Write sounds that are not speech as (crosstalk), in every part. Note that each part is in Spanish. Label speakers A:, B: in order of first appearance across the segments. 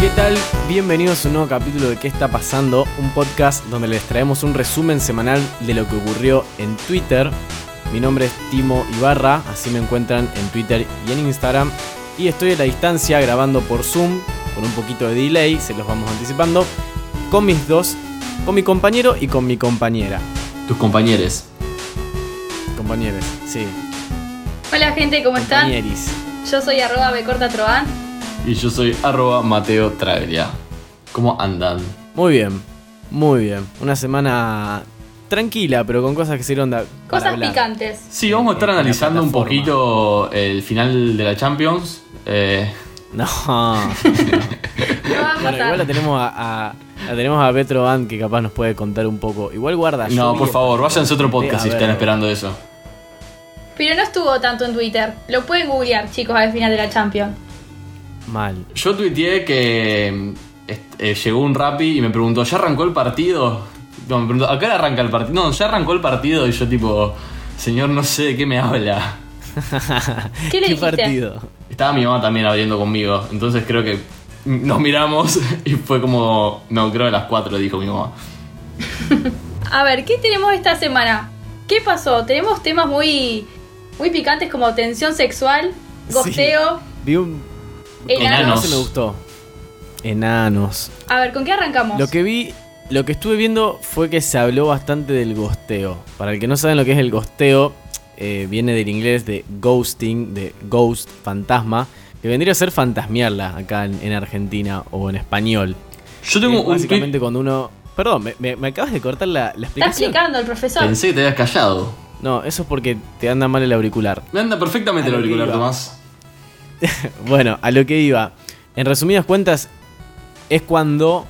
A: ¿Qué tal? Bienvenidos a un nuevo capítulo de ¿Qué está pasando? Un podcast donde les traemos un resumen semanal de lo que ocurrió en Twitter. Mi nombre es Timo Ibarra, así me encuentran en Twitter y en Instagram. Y estoy a la distancia grabando por Zoom, con un poquito de delay, se los vamos anticipando, con mis dos, con mi compañero y con mi compañera.
B: Tus compañeros.
A: Compañeros, sí.
C: Hola gente, ¿cómo están?
A: Compañeris.
C: Yo soy arroba becortatroan.
B: Y yo soy arroba Mateo Traglia. ¿Cómo andan?
A: Muy bien, muy bien. Una semana tranquila, pero con cosas que sirven de... para
C: Cosas
A: hablar.
C: picantes.
B: Sí, vamos a estar
A: Eh, la
B: analizando un
A: plataforma.
B: poquito el final de la Champions. Eh,
A: (laughs)
C: (laughs)
A: No.
C: No va a
A: Bueno, igual la
C: pasar.
A: tenemos a, a- la tenemos a Petro Van que capaz nos puede contar un poco. Igual guarda. yo
B: no,
A: vi-
B: por favor, váyanse a otro podcast si
A: Eh, A ver,
B: están esperando eso.
C: Pero no estuvo tanto en Twitter. Lo pueden googlear, chicos, al final de la Champions.
A: Mal.
B: Yo tuiteé que mm, est- eh, llegó un rapi y me preguntó, ¿ya arrancó el partido? No, me preguntó, ¿a qué hora arranca el partido? No, ya arrancó el partido y yo tipo, señor, no sé de qué me habla.
C: ¿Qué le dijiste?
A: partido?
B: Estaba mi mamá también abriendo conmigo, entonces creo que nos miramos (laughs) y fue como, no, creo que a las 4 dijo mi mamá.
C: A ver, ¿qué tenemos esta semana? ¿Qué pasó? Tenemos temas muy, muy picantes como tensión sexual, gosteo,
A: Vi un.
C: enanos.
B: Enanos.
A: Ese me gustó. Enanos.
C: A ver, ¿con qué arrancamos?
A: Lo que vi. Lo que estuve viendo fue que se habló bastante del gosteo. Para el que no saben lo que es el gosteo, eh, viene del inglés de ghosting, de ghost, fantasma, que vendría a ser fantasmearla acá en- en Argentina o en español.
B: Yo
A: Es
B: tengo un
A: básicamente
B: tweet.
A: cuando uno. Perdón, me, me- me acabas de cortar la, la
C: Está
A: explicación.
C: explicando el profesor.
B: Pensé que te habías callado.
A: No, eso es porque te anda mal el auricular.
B: Me anda perfectamente el
A: A lo que
B: auricular,
A: iba.
B: Tomás.
A: Bueno, a lo que iba. En resumidas cuentas, es cuando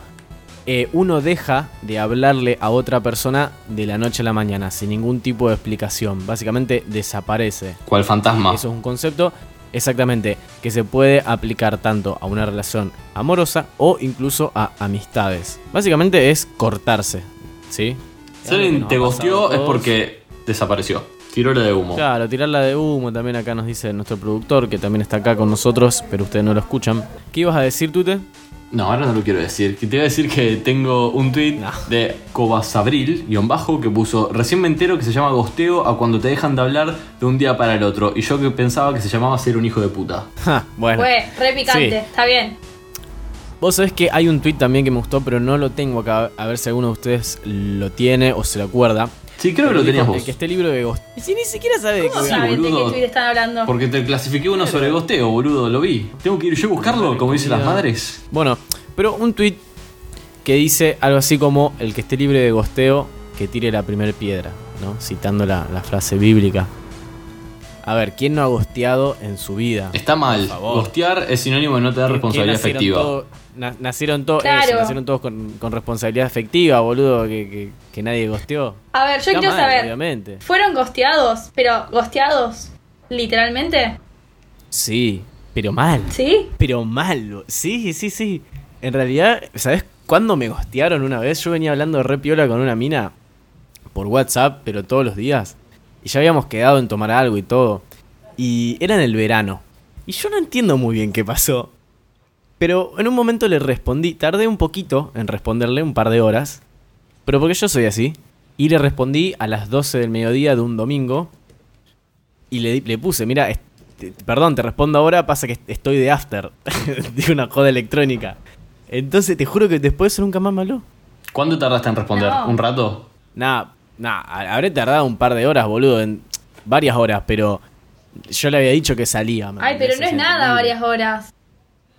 A: eh, uno deja de hablarle a otra persona de la noche a la mañana, sin ningún tipo de explicación. Básicamente desaparece.
B: ¿Cuál fantasma?
A: Eso es un concepto, exactamente, que se puede aplicar tanto a una relación amorosa o incluso a amistades. Básicamente es cortarse, ¿sí?
B: Si alguien te gosteó es porque desapareció. Tiró la de humo.
A: Claro, tirarla de humo también acá nos dice nuestro productor, que también está acá con nosotros, pero ustedes no lo escuchan. ¿Qué ibas a decir, Tute? (laughs)
B: No, ahora no lo quiero decir. Que Te voy a decir que tengo un tweet
A: No.
B: de Cobasabril, guión bajo, que puso recién me entero que se llama gosteo a cuando te dejan de hablar de un día para el otro. Y yo que pensaba que se llamaba ser un hijo de puta.
A: Ja, bueno.
C: Fue re picante,
A: Sí.
C: está bien.
A: Vos sabés que hay un tweet también que me gustó, pero no lo tengo acá. A ver si alguno de ustedes lo tiene o se lo acuerda.
B: Sí, creo que lo
A: Dijo,
B: tenías vos.
A: El que esté libro de ghost. Y si ni siquiera sabe de
C: ¿Cómo
A: qué
C: saben de
B: boludo.
C: qué tweet están hablando?
B: Porque te clasifiqué uno sobre gosteo, boludo, lo vi. Tengo que ir yo a buscarlo, como dicen las madres.
A: Bueno, pero un tweet que dice algo así como el que esté libre de gosteo, que tire la primera piedra, ¿no? Citando la, la frase bíblica. A ver, ¿quién no ha gosteado en su vida?
B: Está mal.
A: favor.
B: Gostear es sinónimo de no tener
A: Que
B: responsabilidad
A: nacieron
B: efectiva.
A: todo- na- nacieron, todos
C: Claro.
A: nacieron todos con, con responsabilidad efectiva, boludo, que, que- que nadie gosteó.
C: A ver, yo
A: Está
C: quiero
A: mal,
C: saber.
A: Obviamente.
C: ¿Fueron gosteados? Pero, ¿gosteados? ¿Literalmente?
A: Sí, pero mal.
C: ¿Sí?
A: Pero mal. bo- Sí, sí, sí. En realidad, ¿sabes cuándo me gostearon una vez? Yo venía hablando de re piola con una mina por WhatsApp, pero todos los días. Y ya habíamos quedado en tomar algo y todo. Y era en el verano. Y yo no entiendo muy bien qué pasó. Pero en un momento le respondí, tardé un poquito en responderle, un par de horas. Pero porque yo soy así. Y le respondí a las 12 del mediodía de un domingo. Y le, le puse, mira, est- te- perdón, te respondo ahora, pasa que est- estoy de after. (laughs) de una joda electrónica. Entonces te juro que después nunca más me habló.
B: ¿Cuánto tardaste en responder?
C: No.
B: ¿Un rato?
A: Nah, nah, ha- habré tardado un par de horas, boludo, en varias horas, pero yo le había dicho que salía. ¿me
C: Ay, pero
A: entendés?
C: no es
A: O sea,
C: nada
A: entendí.
C: varias horas.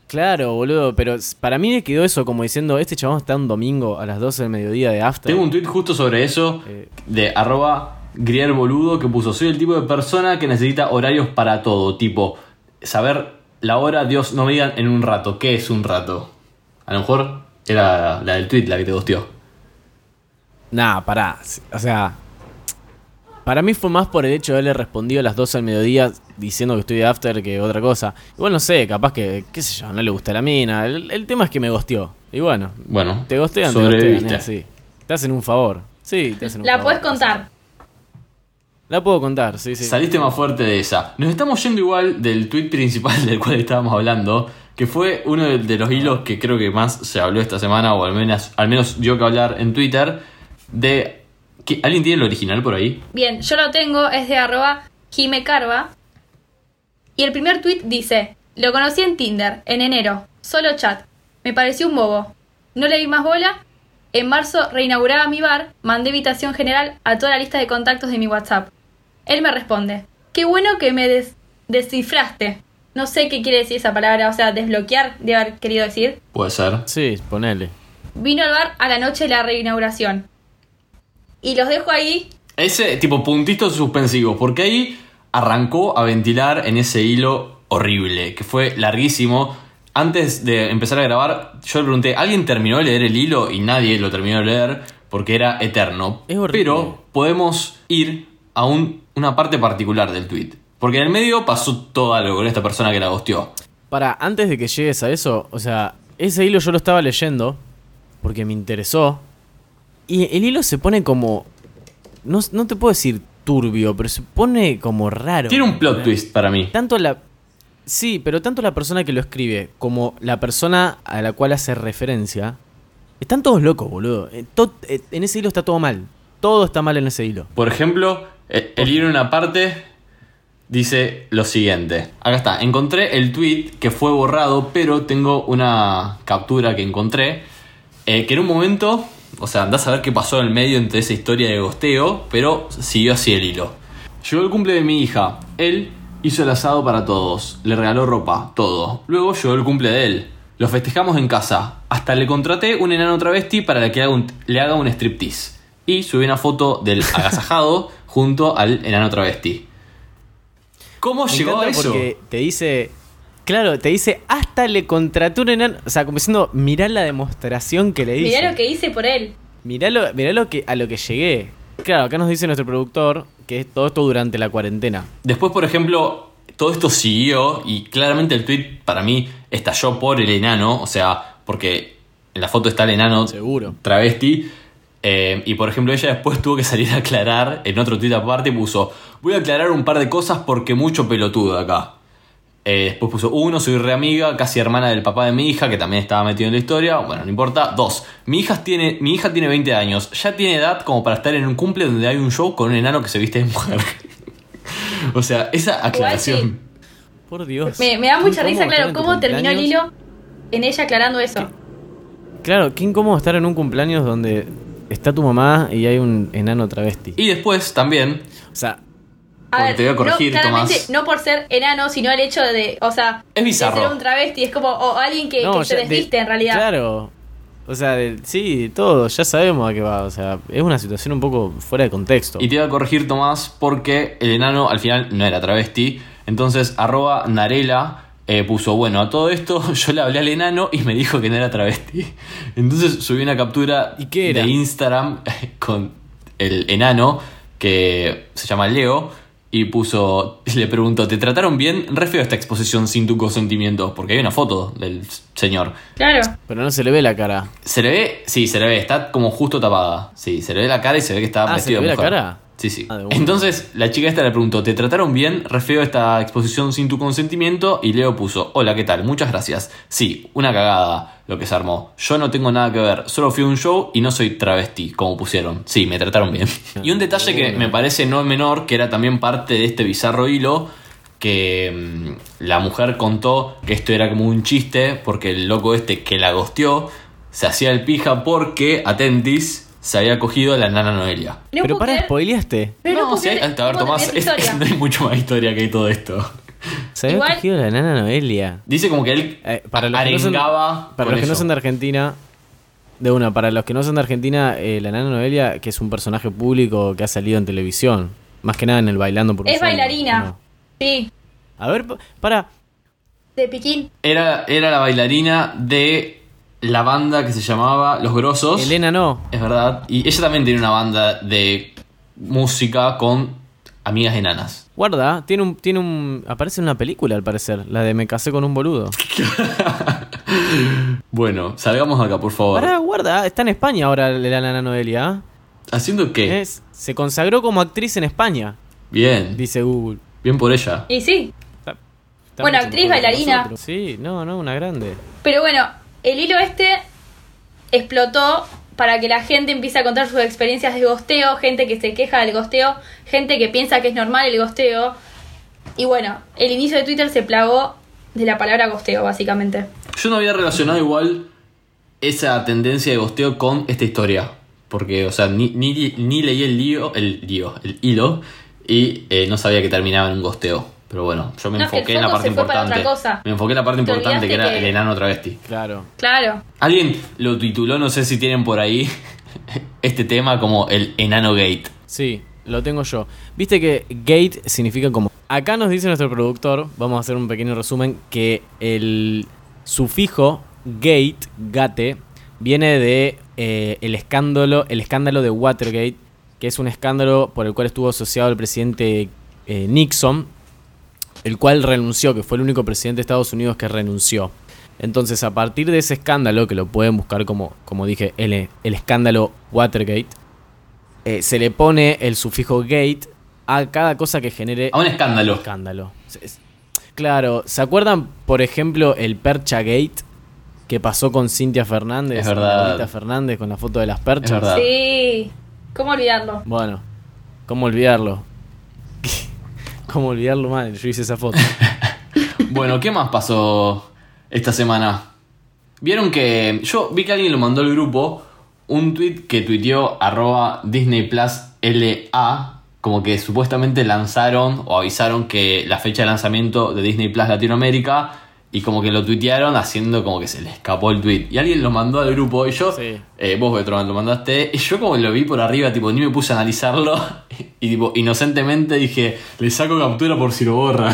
A: Claro, boludo, pero s- para mí me quedó eso como diciendo, este chabón está un domingo a las 12 del mediodía de after.
B: Tengo un tweet justo sobre eso
A: Eh.
B: de arroba grierboludo que puso soy el tipo de persona que necesita horarios para todo, tipo saber la hora, Dios no me digan en un rato, ¿qué es un rato? A lo mejor era la del tweet la que te gosteó.
A: Nah, pará. O sea. Para mí fue más por el hecho de haberle respondido a las 12 del mediodía diciendo que estoy de after que otra cosa. Igual no sé, capaz que, qué sé yo, no le gusta la mina. El, el tema es que me gosteó. Y bueno,
B: Bueno,
A: te gostean, te gostean, eh,
B: sobreviviste.
A: es así. Te hacen un favor. Sí, te hacen un
C: La
A: favor.
C: podés contar.
A: La puedo contar, sí, sí.
B: Saliste más fuerte de esa. Nos estamos yendo igual del tweet principal (laughs) del cual estábamos hablando, que fue uno de, de los hilos que creo que más se habló esta semana, o al menos, al menos dio que hablar en Twitter, de... que- ¿Alguien tiene el original por ahí?
C: Bien, yo lo tengo, es de arroba Jime Carva. Y el primer tweet dice, lo conocí en Tinder, en enero, solo chat. Me pareció un bobo. No le di más bola. En marzo reinauguraba mi bar, mandé invitación general a toda la lista de contactos de mi WhatsApp. Él me responde, qué bueno que me des- descifraste. No sé qué quiere decir esa palabra, o sea, desbloquear, de haber querido decir.
B: Puede ser.
A: Sí, ponele.
C: Vino al bar a la noche de la reinauguración. Y los dejo ahí
B: Ese tipo puntitos suspensivos, porque ahí arrancó a ventilar en ese hilo horrible, que fue larguísimo. Antes de empezar a grabar, yo le pregunté, ¿alguien terminó de leer el hilo? Y nadie lo terminó de leer porque era eterno.
A: Es horrible.
B: Pero podemos ir a un- una parte particular del tweet. Porque en el medio pasó todo algo con esta persona que la gosteó.
A: Para, antes de que llegues a eso, o sea, ese hilo yo lo estaba leyendo porque me interesó. Y el hilo se pone como. No, no te puedo decir turbio, pero se pone como raro.
B: Tiene un plot twist para mí.
A: Tanto la. Sí, pero tanto la persona que lo escribe como la persona a la cual hace referencia. Están todos locos, boludo. Eh, to- eh, en ese hilo está todo mal. Todo está mal en ese hilo.
B: Por ejemplo, eh, el libro en una parte dice lo siguiente. Acá está, encontré el tweet que fue borrado, pero tengo una captura que encontré. eh, que en un momento, o sea, andás a ver qué pasó en el medio entre esa historia de gosteo, pero siguió así el hilo. Llegó el cumple de mi hija. Él hizo el asado para todos. Le regaló ropa, todo. Luego llegó el cumple de él. Lo festejamos en casa. Hasta le contraté un enano travesti para que haga un- le haga un striptease. Y subí una foto
A: (laughs)
B: del agasajado junto al enano travesti. ¿Cómo
A: Me
B: llegó a
A: encanta
B: eso?
A: Porque te dice. Claro, te dice hasta le contrató un enano. O sea, como diciendo, mirá la demostración que le hice.
C: Mirá lo que hice por él.
A: Mirá lo, mirá lo que, a lo que llegué. Claro, acá nos dice nuestro productor que es todo esto durante la cuarentena.
B: Después, por ejemplo, todo esto siguió y claramente el tweet para mí estalló por el enano, o sea, porque en la foto está el enano
A: Seguro.
B: travesti. eh, y por ejemplo, ella después tuvo que salir a aclarar en otro tweet aparte. Puso: Voy a aclarar un par de cosas porque mucho pelotudo acá. Eh, después puso uno, soy re amiga, casi hermana del papá de mi hija, que también estaba metido en la historia. Bueno, no importa. Dos, mi hija tiene, mi hija tiene 20 años. Ya tiene edad como para estar en un cumple donde hay un show con un enano que se viste de mujer. (laughs) o sea, esa aclaración.
A: Por Dios.
C: Me, me da mucha
A: Qué
C: risa,
A: incómodo estar Pues,
C: claro,
A: en tu
C: cómo terminó el
A: cumpleaños.
C: hilo en ella aclarando eso.
A: Claro, qué incómodo estar en un cumpleaños donde está tu mamá y hay un enano travesti.
B: Y después también,
A: O sea,
C: A
B: Porque
C: ver,
B: te voy a corregir,
C: no, claramente,
B: Tomás.
C: no por ser enano, sino el hecho de, o sea,
B: Es
C: de
B: bizarro.
C: ser un travesti, es como o alguien que, que se
A: ya- de-
C: desviste en realidad.
A: Claro. O sea, de- sí, todo, ya sabemos a qué va. O sea, es una situación un poco fuera de contexto.
B: y te iba a corregir Tomás, porque el enano al final no era travesti. Entonces, arroba Narela eh, puso, bueno, a todo esto (laughs) yo le hablé al enano y me dijo que no era travesti. (laughs) Entonces subí una captura
A: ¿Y qué era?
B: de Instagram (laughs) con el enano que se llama Leo y puso, (laughs) le preguntó, ¿te trataron bien? Re feo esta exposición sin tu consentimiento, porque hay una foto del señor.
C: Claro.
A: Pero no se le ve la cara.
B: Se le ve, sí, se le ve, está como justo tapada. Sí, se le ve la cara y se ve que está
A: Ah,
B: vestido
A: ¿se le
B: de
A: ve la
B: mujer.
A: cara?
B: Sí, sí.
A: Ah, de una.
B: Entonces, la chica esta le preguntó, ¿te trataron bien? Re feo esta exposición sin tu consentimiento. Y Leo puso, hola, ¿qué tal? Muchas gracias. Sí, una cagada lo que se armó. Yo no tengo nada que ver, solo fui a un show y no soy travesti, como pusieron. Sí, me
A: (laughs)
B: trataron bien. Y un detalle que me parece no menor, que era también parte de este bizarro hilo, que mm, la mujer contó que esto era como un chiste porque el loco este que la gosteó se hacía el pija porque, atentis, se había cogido a la nana Noelia.
C: No
A: Pero
C: puedo
A: para,
C: creer-
A: spoileaste.
C: pero no
B: No,
C: puedo
B: si hay-
C: creer
B: a ver,
C: cómo
B: Tomás,
C: terminó
B: es-
C: esa
B: no
C: historia.
B: hay mucho más historia que hay todo esto.
A: Se había
C: Igual-
A: cogido la nana Noelia.
B: Dice como que él
A: Eh, para los que no son-
B: arengaba.
A: Para
B: con
A: los que no
B: eso.
A: son de Argentina, de una, para los que no son de Argentina, eh, la nana Noelia, que es un personaje público que ha salido en televisión, más que nada en el bailando por un
C: Es
A: Sueño,
C: bailarina.
A: ¿o no?
C: Sí,
A: A ver, para,
C: de Piquín.
B: Era, era la bailarina de la banda que se llamaba Los Grosos.
A: Elena no.
B: Es verdad. Y ella también tiene una banda de música con amigas enanas.
A: Guarda, tiene un, tiene un. Aparece en una película al parecer, la de Me casé con un boludo.
B: Bueno, salgamos de acá, por favor.
A: Pará, guarda, está en España ahora la nana Noelia. ¿eh?
B: ¿Haciendo qué?
A: Es- se consagró como actriz en España,
B: Bien,
A: dice Google.
B: bien por ella.
C: Y sí.
A: Está
C: Bueno,
A: mucho
C: actriz,
A: mejor que
C: bailarina.
A: nosotros. Sí, no, no, una grande.
C: Pero bueno, el hilo este explotó para que la gente empiece a contar sus experiencias de gosteo, gente que se queja del gosteo, gente que piensa que es normal el gosteo. Y bueno, el inicio de Twitter se plagó de la palabra gosteo, básicamente.
B: Yo no había relacionado igual esa tendencia de gosteo con esta historia. Porque, o sea, ni, ni, ni leí el lío, el lío, el hilo, y eh, no sabía que terminaba en un gosteo. Pero bueno, yo me
C: No, es que el
B: enfoqué en la
C: foco
B: parte
C: se fue para
B: importante.
C: otra cosa.
B: Me enfoqué en la parte
C: Te
B: importante, que era
C: olvidaste
B: el
C: que-
B: enano travesti.
A: Claro.
C: Claro.
B: Alguien lo tituló, no sé si tienen por ahí (laughs) este tema como el enano gate.
A: Sí, lo tengo yo. Viste que gate significa como. Acá nos dice nuestro productor, vamos a hacer un pequeño resumen, que el sufijo gate, gate, viene de eh, el escándalo, el escándalo de Watergate, que es un escándalo por el cual estuvo asociado el presidente eh, Nixon, el cual renunció, que fue el único presidente de Estados Unidos que renunció. Entonces, a partir de ese escándalo, que lo pueden buscar como, como dije, el, el escándalo Watergate, eh, se le pone el sufijo gate a cada cosa que genere
B: A un escándalo.
A: escándalo. Se- es- Claro, ¿se acuerdan, por ejemplo, el Percha Gate que pasó con Cintia Fernández?
B: Es verdad.
A: Con Lolita Fernández con la foto de las perchas.
B: Es verdad.
C: Sí. ¿Cómo olvidarlo?
A: Bueno, ¿cómo olvidarlo? (laughs) ¿Cómo olvidarlo, madre? Yo hice esa foto.
B: Bueno, ¿qué más pasó esta semana? Vieron que. Yo vi que alguien lo mandó al grupo. Un tweet que tuiteó arroba Disney Plus LA. Como que supuestamente lanzaron o avisaron que la fecha de lanzamiento de Disney Plus Latinoamérica. Y como que lo tuitearon haciendo como que se le escapó el tweet. Y alguien lo mandó al grupo. Y yo.
A: Sí.
B: eh, vos, Betroban, lo mandaste. Y yo como lo vi por arriba, tipo, ni me puse a analizarlo. (laughs) Y tipo, inocentemente dije, le saco captura por si lo borra.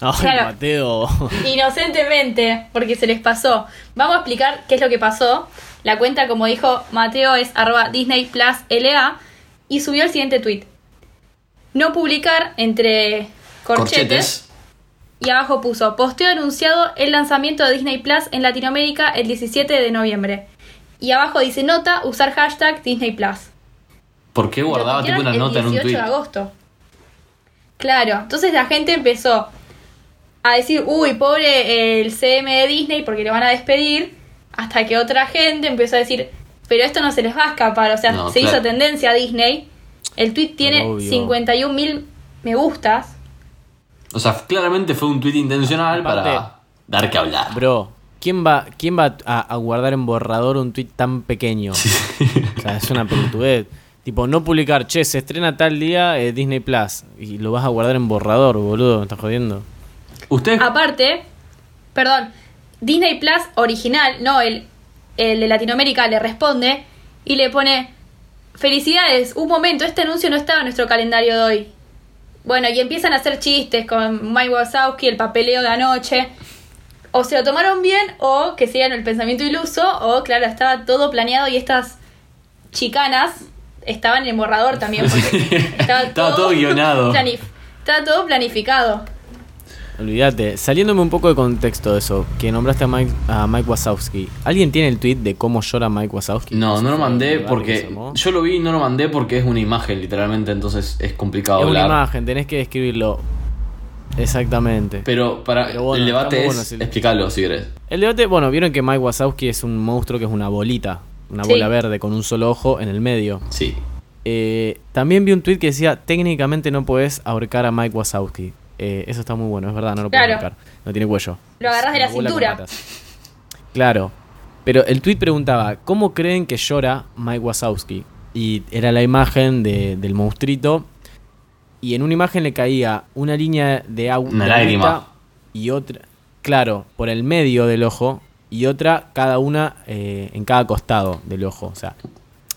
A: Ay,
C: Claro.
A: Mateo.
C: Inocentemente, porque se les pasó. Vamos a explicar qué es lo que pasó. La cuenta, como dijo Mateo, es arroba Disney Plus LA y subió el siguiente tweet. No publicar entre corchetes. Y abajo puso, posteo anunciado el lanzamiento de Disney Plus en Latinoamérica el 17 de noviembre. Y abajo dice nota, usar hashtag Disney Plus.
B: ¿Por qué guardaba
C: Lo
B: tipo una
C: tuitearon
B: nota en un
C: El 18
B: tweet?
C: de agosto. Claro, entonces la gente empezó a decir, uy, pobre el CM de Disney porque lo van a despedir, hasta que otra gente empezó a decir, pero esto no se les va a escapar, o sea,
B: No,
C: se
B: claro.
C: hizo tendencia a Disney, el tweet tiene
A: Obvio.
C: 51 mil me gustas,
B: O sea, claramente fue un tweet intencional para
A: Aparte-
B: dar que hablar.
A: Bro, ¿quién va, quién va a, a guardar en borrador un tweet tan pequeño? O sea, es una pelotudez. Tipo, no publicar, che, se estrena tal día eh, Disney Plus. Y lo vas a guardar en borrador, boludo, me estás jodiendo.
B: (laughs) Ustedes,
C: Aparte, perdón, Disney Plus original, no el, el de Latinoamérica, le responde y le pone, felicidades, un momento, este anuncio no estaba en nuestro calendario de hoy. Bueno, y empiezan a hacer chistes con Mike Wazowski, el papeleo de anoche. O se lo tomaron bien, o que sigan el pensamiento iluso, o claro, estaba todo planeado y estas chicanas estaban en el borrador también.
B: (laughs)
C: porque Estaba,
B: Estaba
C: (laughs)
B: todo guionado.
C: planif- estaba todo planificado.
A: Olvídate, saliéndome un poco de contexto de eso, que nombraste a Mike, a Mike Wazowski. ¿Alguien tiene el tweet de cómo llora Mike Wazowski?
B: no, no lo mandé
A: El barrio que se
B: porque
A: armó.
B: yo lo vi y no lo mandé porque es una imagen, literalmente, entonces es complicado
A: Es una
B: hablar.
A: imagen, tenés que describirlo. Exactamente.
B: Pero para
A: Pero bueno,
B: el debate
A: está muy
B: es
A: bueno, sí.
B: explicarlo si querés.
A: El debate, bueno, vieron que Mike Wazowski es un monstruo que es una bolita, una
C: Sí.
A: bola verde con un solo ojo en el medio.
B: Sí.
A: Eh, también vi un tweet que decía, técnicamente no podés ahorcar a Mike Wazowski. Eh, eso está muy bueno, es verdad, no lo puedes
C: Claro.
A: ahorcar. No tiene cuello.
C: Lo agarrás de
A: Es una
C: la
A: bola con
C: cintura.
A: patas. Claro. Pero el tweet preguntaba, ¿cómo creen que llora Mike Wazowski? Y era la imagen de- del monstruito. Y en una imagen le caía una línea de agua.
B: Una
A: de
B: lágrima.
A: agüita Y otra, claro, por el medio del ojo. Y otra, cada una eh, en cada costado del ojo. O sea,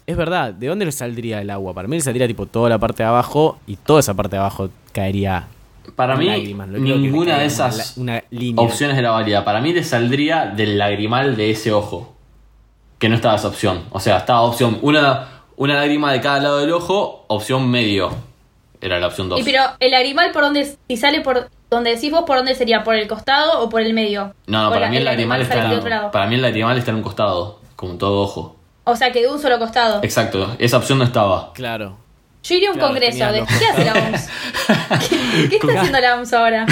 A: es verdad, ¿de dónde le saldría el agua? Para mí le saldría tipo toda la parte de abajo y toda esa parte de abajo caería
B: Para mí,
A: Lágrimas, no creo que le
B: ninguna de
A: caiga una
B: esas
A: la- una línea.
B: opciones era válida. Para mí le saldría del lagrimal de ese ojo. Que no estaba esa opción. O sea, estaba opción una, una lágrima de cada lado del ojo, opción medio. Era la opción 2.
C: Y pero el lagrimal por dónde si sale por donde decís vos por dónde sería por el costado o por el medio.
B: No, no,
C: O
B: para
C: la-
B: mí el lagrimal
C: sale
B: está
C: de
B: en,
C: otro lado.
B: para mí el lagrimal está en un costado, como en todo ojo.
C: O sea, que de un solo costado.
B: Exacto, esa opción no estaba.
A: Claro.
C: Yo iría a un
A: Claro,
C: congreso.
A: tenía
C: De,
A: dos
C: (laughs) ¿Qué hace la OMS? ¿Qué, qué está haciendo la
B: (laughs)
C: OMS ahora?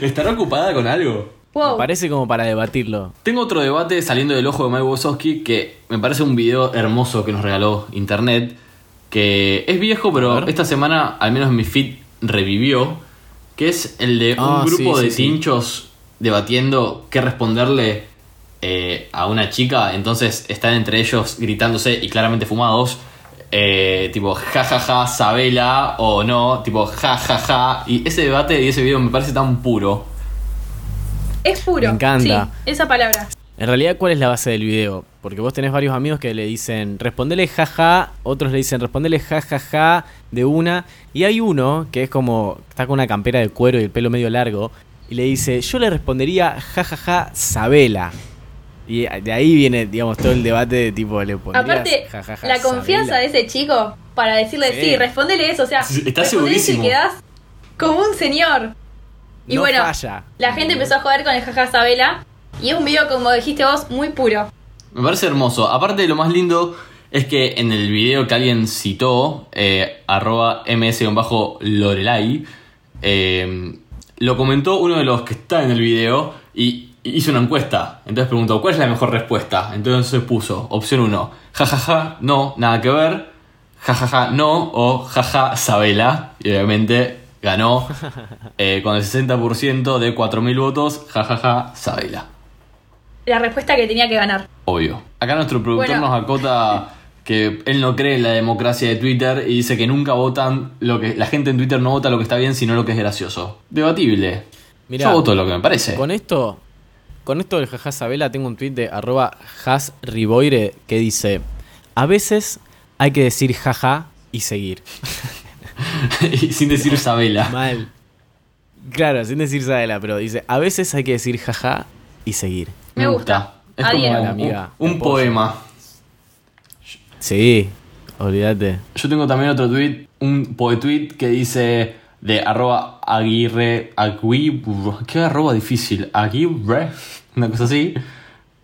B: ¿Estará ocupada con algo?
C: Wow.
A: Me parece como para debatirlo.
B: Tengo otro debate saliendo del ojo de Mike Wazowski que me parece un video hermoso que nos regaló internet. Que es viejo,
A: A
B: pero
A: ver.
B: esta semana, al menos en mi feed, revivió. Que es el de un
A: Ah,
B: grupo
A: sí,
B: de
A: sí, sí.
B: tinchos debatiendo qué responderle eh, a una chica. Entonces están entre ellos gritándose y claramente fumados. eh, tipo, jajaja, ja, ja, Sabela o no. Tipo, jajaja. Ja, ja. Y ese debate y ese video me parece tan puro.
C: Es puro.
A: Me encanta.
C: Sí, esa palabra.
A: En realidad, ¿cuál es la base del video? Porque vos tenés varios amigos que le dicen, respondele jaja, otros le dicen, respondele jajaja de una. Y hay uno que es como, está con una campera de cuero y el pelo medio largo, y le dice, yo le respondería jajaja Sabela. Y de ahí viene, digamos, todo el debate de tipo, le pondrías
C: Aparte,
A: jajaja
C: la confianza
A: Sabela?
C: de ese chico para decirle
A: Sí.
C: sí, respóndele eso. O sea,
B: Sí, está
C: respondele eso
B: segurísimo.
C: Y quedás como un señor. Y
A: No
C: bueno,
A: falla.
C: la gente empezó a joder con el jaja Sabela. Y es un video, como dijiste vos, muy puro.
B: Me parece hermoso. Aparte, lo más lindo es que en el video que alguien citó, eh, arroba ms-lorelai, eh, lo comentó uno de los que está en el video y hizo una encuesta. Entonces preguntó, ¿cuál es la mejor respuesta? Entonces puso, opción 1, jajaja, no, nada que ver, jajaja, no, o jaja, Sabela. Y obviamente ganó eh, con el 60% de 4.000 votos, jajaja, Sabela.
C: La respuesta que tenía que ganar.
B: Obvio. Acá nuestro productor
C: Bueno.
B: nos acota que él no cree en la democracia de Twitter y dice que nunca votan lo que la gente en Twitter no vota lo que está bien, sino lo que es gracioso. Debatible.
A: Mirá,
B: Yo voto lo que me parece.
A: Con esto, con esto del jaja Sabela, tengo un tweet de arroba jasriboire que dice, a veces hay que decir jaja y seguir.
B: (laughs) Y Sin
A: (laughs)
B: decir Isabela.
A: Mal. Claro, sin decir Sabela, pero dice, a veces hay que decir jaja y seguir.
C: Me gusta.
B: Es
C: Adiós.
B: como un,
A: Amiga,
B: un
A: te apoyo.
B: poema.
A: Sí, olvídate.
B: Yo tengo también otro tweet, un poetweet que dice de arroba aguirre, aguirre, qué arroba difícil, aguirre, una cosa así.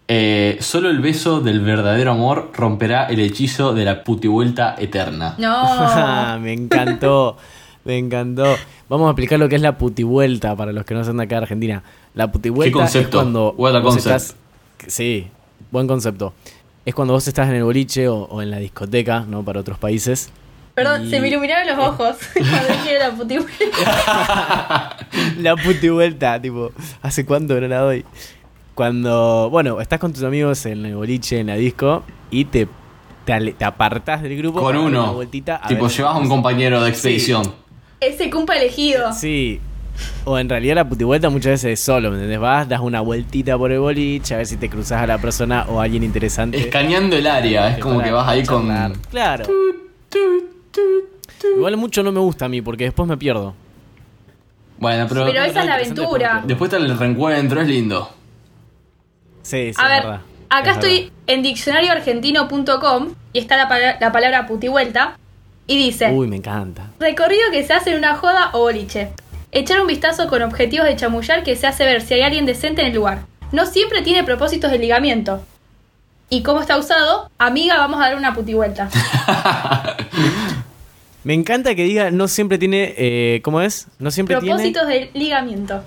B: Eh, solo el beso del verdadero amor romperá el hechizo de la putivuelta eterna.
A: (laughs)
C: No.
A: me encantó, me encantó. Vamos a aplicar lo que es la putivuelta para los que no son de acá de Argentina. La putivuelta
B: ¿Qué concepto?
A: es cuando
B: What a
A: vos
B: concept.
A: estás... Sí, buen concepto. Es cuando vos estás en el boliche o, o en la discoteca, ¿no? Para otros países.
C: Perdón,
A: Y-
C: se me iluminaron los ojos (laughs) cuando dije
A: (laughs)
C: la putibuela.
A: La puti vuelta, tipo, ¿hace cuánto que no la doy? Cuando, bueno, estás con tus amigos en el boliche, en la disco, y te, te, ale- te apartás del grupo.
B: Con
A: para dar
B: uno.
A: Una vueltita, a
B: tipo,
A: ver-
B: llevas a un compañero de expedición.
C: Ese cumpa elegido.
A: Sí. O en realidad la puti vuelta muchas veces es solo, ¿me entendés? Vas, das una vueltita por el boliche, a ver si te cruzas a la persona o a alguien interesante.
B: Escaneando el área, es
A: Te
B: como
A: para
B: que vas ahí con...
A: charlar. Claro. Igual mucho no me gusta a mí porque después me pierdo.
B: Bueno, pero...
C: Pero esa es la
A: interesante porque-
C: aventura.
B: Después está el reencuentro, es lindo.
A: Sí, sí,
C: A
A: es
C: ver,
A: verdad.
C: acá
A: Es
C: estoy en diccionarioargentino.com y está la, pala- la palabra putivuelta y dice,
A: verdad. Uy, me encanta.
C: recorrido que se hace en una joda o boliche. Echar un vistazo con objetivos de chamullar que se hace ver si hay alguien decente en el lugar. No siempre tiene propósitos de ligamiento. ¿Y cómo está usado? Amiga, vamos a dar
A: (laughs)
C: una putivuelta.
A: Me encanta que diga, no siempre tiene, eh, ¿cómo es? No siempre tiene
C: propósitos de ligamiento.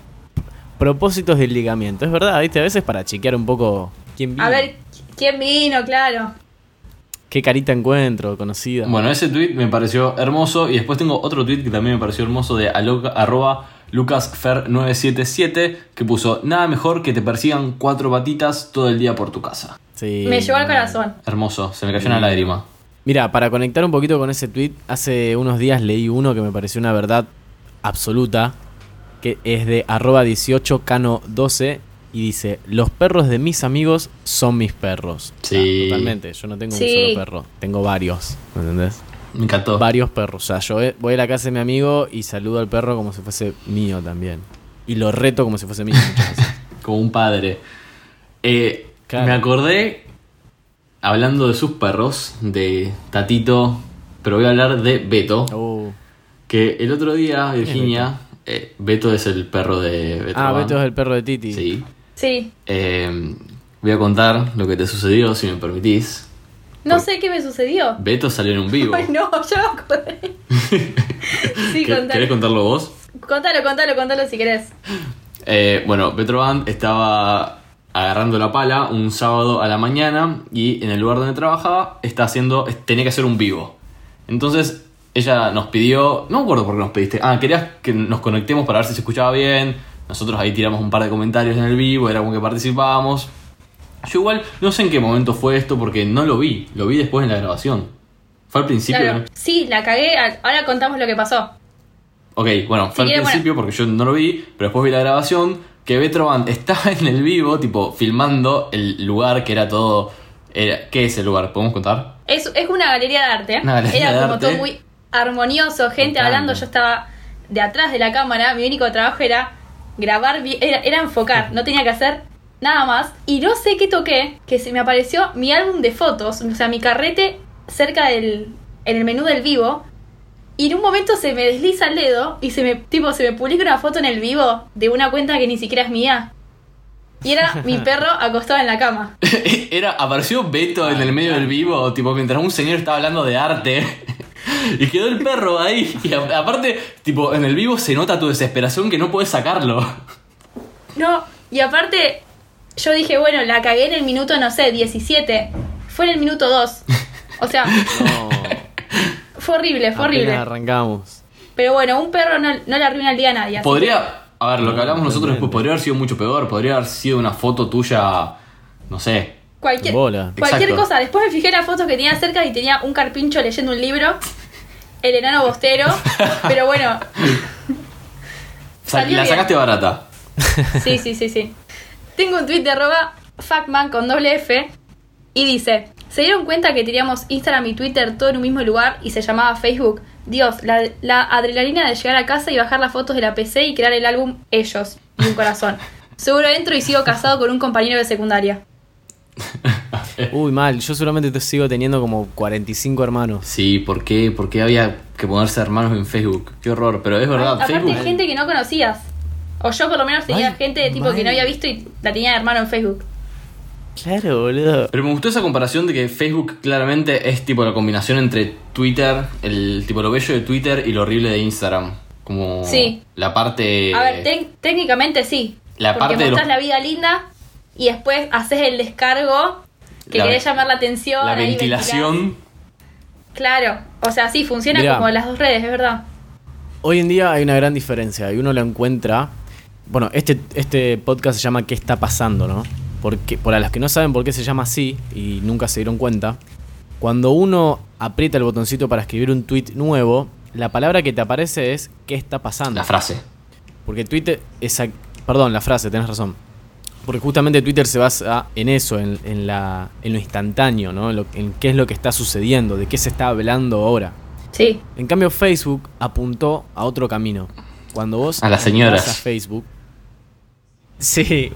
A: propósitos del ligamiento. Es verdad, ¿viste? A veces para chequear un poco quién vino,
C: A ver, ¿quién vino? Claro.
A: qué carita encuentro, conocida.
B: Bueno, ese tweet me pareció hermoso. Y después tengo otro tweet que también me pareció hermoso de aloca- arroba lucasfer977 que puso: Nada mejor que te persigan cuatro patitas todo el día por tu casa.
A: Sí.
C: Me llevó al corazón.
B: Hermoso, se me cayó
A: Mm.
B: una lágrima.
A: Mira, para conectar un poquito con ese tweet, hace unos días leí uno que me pareció una verdad absoluta, que es de arroba 18cano12 y dice, los perros de mis amigos son mis perros.
B: Sí.
A: totalmente, yo no tengo
C: Sí.
A: un solo perro, tengo varios, ¿me entendés?
B: Me encantó.
A: varios perros. O sea, yo ve- voy a la casa de mi amigo y saludo al perro como si fuese mío también. Y lo reto como si fuese mío. muchas veces.
B: (laughs) Como un padre. Eh,
A: Claro.
B: Me acordé, hablando de sus perros, de Tatito, pero voy a hablar de Beto.
A: Uh.
B: Que el otro día, Virginia, eh, Beto? es el perro de Beto.
A: Ah,
B: Van.
A: Beto es el perro de Titi.
B: Sí.
C: Sí.
B: Eh, voy a contar lo que te sucedió, si me permitís.
C: No sé qué me sucedió.
B: Beto salió en un vivo.
C: (laughs) Ay, no, yo me acordé.
B: (laughs) ¿Qué-
C: sí,
B: ¿Querés
C: contalo.
B: contarlo vos?
C: Contalo, contalo, contalo si querés.
B: Eh, bueno, Petro Band estaba agarrando la pala un sábado a la mañana y en el lugar donde trabajaba está haciendo, tenía que hacer un vivo. Entonces ella nos pidió, no me acuerdo por qué nos pediste, ah, querías que nos conectemos para ver si se escuchaba bien. Nosotros ahí tiramos un par de comentarios en el vivo, era como que participábamos. Yo igual no sé en qué momento fue esto porque no lo vi, lo vi después en la grabación. Fue al principio.
C: Claro.
B: ¿no?
C: Sí, la cagué. Al- Ahora contamos lo que pasó.
B: Ok, bueno,
C: Si
B: fue al
C: quieren,
B: principio porque yo no lo vi, pero después vi la grabación que Betroban estaba en el vivo, tipo, filmando el lugar que era todo... era- ¿Qué es el lugar? ¿Podemos contar? (laughs)
C: Es, es una galería de arte.
B: Una galería
C: Era
B: de
C: como
B: arte.
C: todo muy armonioso, gente
B: encanta.
C: hablando. Yo estaba de atrás de la cámara. Mi único trabajo era grabar, vi- era, era enfocar. No tenía que hacer nada más. Y no sé qué toqué, que se me apareció mi álbum de fotos, o sea, mi carrete cerca del. en el menú del vivo. Y en un momento se me desliza el dedo y se me, tipo, se me publica una foto en el vivo de una cuenta que ni siquiera es mía. Y
B: (laughs)
C: era mi perro acostado en la cama.
B: era, apareció Beto en el medio del vivo, tipo, mientras un señor estaba hablando de arte. (laughs) y quedó el perro ahí. Y a- aparte, tipo, en el vivo se nota tu desesperación que no puedes sacarlo.
C: No, y aparte, yo dije, bueno, la cagué en el minuto, no sé, 17. Fue en el minuto 2.
A: (laughs)
C: O sea, (laughs)
A: No,
C: fue horrible, fue horrible.
A: apenas arrancamos.
C: Pero bueno, un perro no, no le arruina el día a nadie. así
B: Podría. A ver, lo que
A: No,
B: hablamos nosotros después
A: totalmente.
B: podría haber sido mucho peor. Podría haber sido una foto tuya. No sé.
C: que Cualquier,
A: Bola.
C: cualquier
B: Exacto.
C: cosa. Después me fijé en las fotos que tenía cerca y tenía un carpincho leyendo un libro. El enano bostero.
A: (laughs)
C: Pero bueno,
B: Sa-
C: Salió
B: la
C: bien.
B: sacaste barata.
C: Sí, sí, sí, sí. Tengo un tweet de arroba Factman con doble F y dice: ¿Se dieron cuenta que teníamos Instagram y Twitter todo en un mismo lugar y se llamaba Facebook? Dios, la, la adrenalina de llegar a casa y bajar las fotos de la PC y crear el álbum Ellos y un corazón. Seguro entro y sigo casado con un compañero de secundaria.
A: Uy, mal. Yo seguramente te sigo teniendo como 45 hermanos.
B: Sí, ¿por qué? ¿Por qué había que ponerse hermanos en Facebook? Qué horror, pero es verdad,
C: Aparte,
B: Ah, Facebook.
C: gente que no conocías. O yo, por lo menos, tenía
A: Mal,
C: gente de tipo que no
A: mal.
C: había visto y la tenía de hermano en Facebook.
A: Claro, boludo.
B: Pero me gustó esa comparación de que Facebook claramente es tipo la combinación entre Twitter, el tipo lo bello de Twitter y lo horrible de Instagram. Como
C: Sí.
B: la parte.
C: A ver, tec- técnicamente sí.
B: Eh, la
C: porque
B: parte de
C: mostrás
B: los-
C: la vida linda y después haces el descargo que
B: La-
C: querés llamar la atención.
B: la
C: ahí ventilás.
B: ventilación.
C: Claro, o sea, sí, funciona
A: Mirá.
C: como las dos redes, es verdad.
A: Hoy en día hay una gran diferencia y uno la encuentra. Bueno, este, este podcast se llama ¿Qué está pasando? ¿no? Porque, para los que no saben por qué se llama así y nunca se dieron cuenta, cuando uno aprieta el botoncito para escribir un tweet nuevo, la palabra que te aparece es ¿Qué está pasando?
B: La frase.
A: Porque Twitter, esa, perdón, la frase, tenés razón. Porque justamente Twitter se basa en eso, en, en la, en lo instantáneo, ¿no? En, lo- en qué es lo que está sucediendo, de qué se está hablando ahora.
C: Sí.
A: En cambio, Facebook apuntó a otro camino. Cuando vos.
B: A las señoras.
A: entras a Facebook. Sí,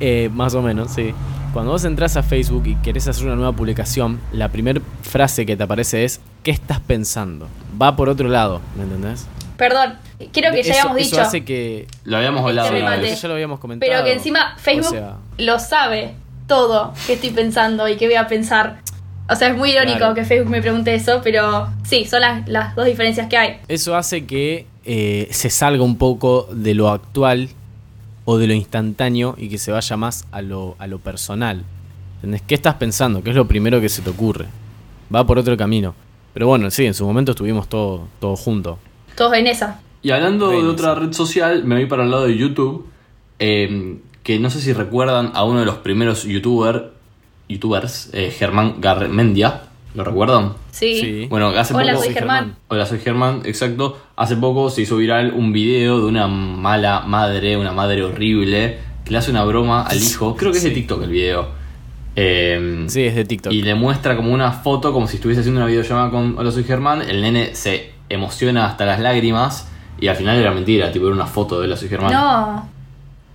A: eh, más o menos, sí. Cuando vos entras a Facebook y querés hacer una nueva publicación, la primera frase que te aparece es: ¿Qué estás pensando? Va por otro lado, ¿me entendés?
C: Perdón, creo que ya
A: Eso-
C: habíamos
A: eso
C: dicho.
A: hace que
B: Lo habíamos hablado
C: Este
B: una
C: remate.
B: vez.
A: ya lo habíamos comentado.
C: Pero que encima Facebook
A: O sea,
C: lo sabe todo que estoy pensando y que voy a pensar. O sea, es muy irónico
A: Claro.
C: que Facebook me pregunte eso, pero sí, son las, las dos diferencias que hay.
A: eso hace que eh, se salga un poco de lo actual o de lo instantáneo y que se vaya más a lo, a lo personal. ¿Entendés? ¿Qué estás pensando? ¿Qué es lo primero que se te ocurre? Va por otro camino. Pero bueno, sí, en su momento estuvimos todo, todo juntos.
C: Todos en esa.
B: Y hablando de
A: Redes.
B: otra red social, me voy para el lado de YouTube, eh, que no sé si recuerdan a uno de los primeros youtuber, youtubers, eh, Germán Garmendia, ¿lo recuerdan?
C: Sí.
A: Sí.
B: Bueno, hace
C: Hola,
B: poco...
C: soy Germán.
B: Hola, soy Germán, exacto. Hace poco se hizo viral un video de una mala madre, una madre horrible, que le hace una broma al hijo, creo que es de TikTok el video, Eh,
A: Sí, es de TikTok.
B: y le muestra como una foto, como si estuviese haciendo una videollamada con Hola, soy Germán. El nene se emociona hasta las lágrimas. Y al final era mentira, tipo, era una foto de Hola, soy Germán.
C: No.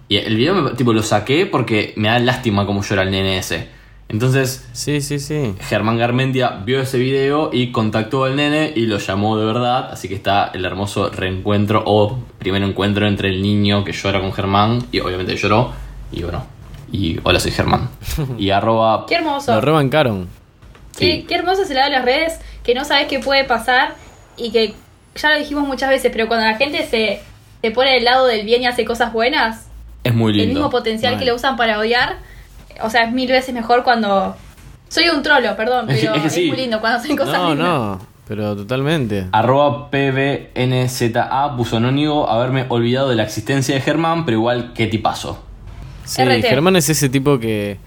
B: Y el video, me- tipo, lo saqué porque me da lástima como llora el nene ese. Entonces,
A: Sí, sí, sí.
B: Germán Garmendia vio ese video y contactó al nene y lo llamó de verdad. Así que está el hermoso reencuentro o primer encuentro entre el niño que llora con Germán. Y obviamente lloró. Y bueno. Y hola,
A: (laughs)
B: soy Germán. Y arroba.
C: Qué hermoso.
A: Lo rebancaron.
C: Qué,
B: Sí.
C: qué hermoso se le da las redes, que no sabes qué puede pasar y que ya lo dijimos muchas veces, pero cuando la gente se, se pone del lado del bien y hace cosas buenas,
B: Es muy lindo.
C: el mismo potencial
A: Bueno.
C: que lo usan para odiar, o sea, es mil veces mejor cuando... Soy un trolo,
B: (laughs)
C: perdón,
B: Es que-
C: pero
B: es
C: es,
B: que sí.
C: muy lindo cuando hacen cosas
A: No,
C: lindas.
A: no, pero
B: Ah,
A: totalmente.
B: Arroba PBNZA puso no niego haberme olvidado de la existencia de Germán, pero igual qué tipazo.
A: Sí,
C: RT.
A: Germán es ese tipo que.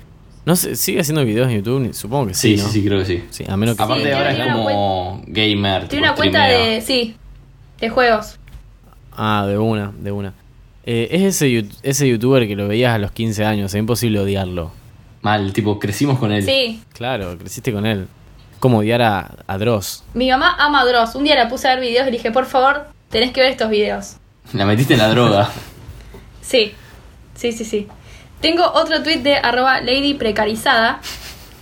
A: No sé, sigue haciendo videos en YouTube, Ni- supongo que sí.
B: Sí,
A: ¿no?
B: sí, sí, creo que sí.
A: Sí, a menos que.
B: Aparte
C: tiene-
B: ahora es
C: tiene una
B: como gamer.
C: Tiene
B: tipo,
C: una cuenta
B: streamea.
C: de... sí, de juegos.
A: Ah, de una, de una. Eh, es ese, yut- ese youtuber que lo veías a los 15 años, es imposible odiarlo.
B: Mal, tipo, crecimos con él.
C: Sí,
A: Claro, creciste con él. Como odiar a, a Dross.
C: mi mamá ama a Dross. Un día la puse a ver videos y le dije, por favor, tenés que ver estos videos.
B: La metiste en la droga. (laughs)
C: Sí, sí, sí, sí. Tengo otro tweet de arroba lady precarizada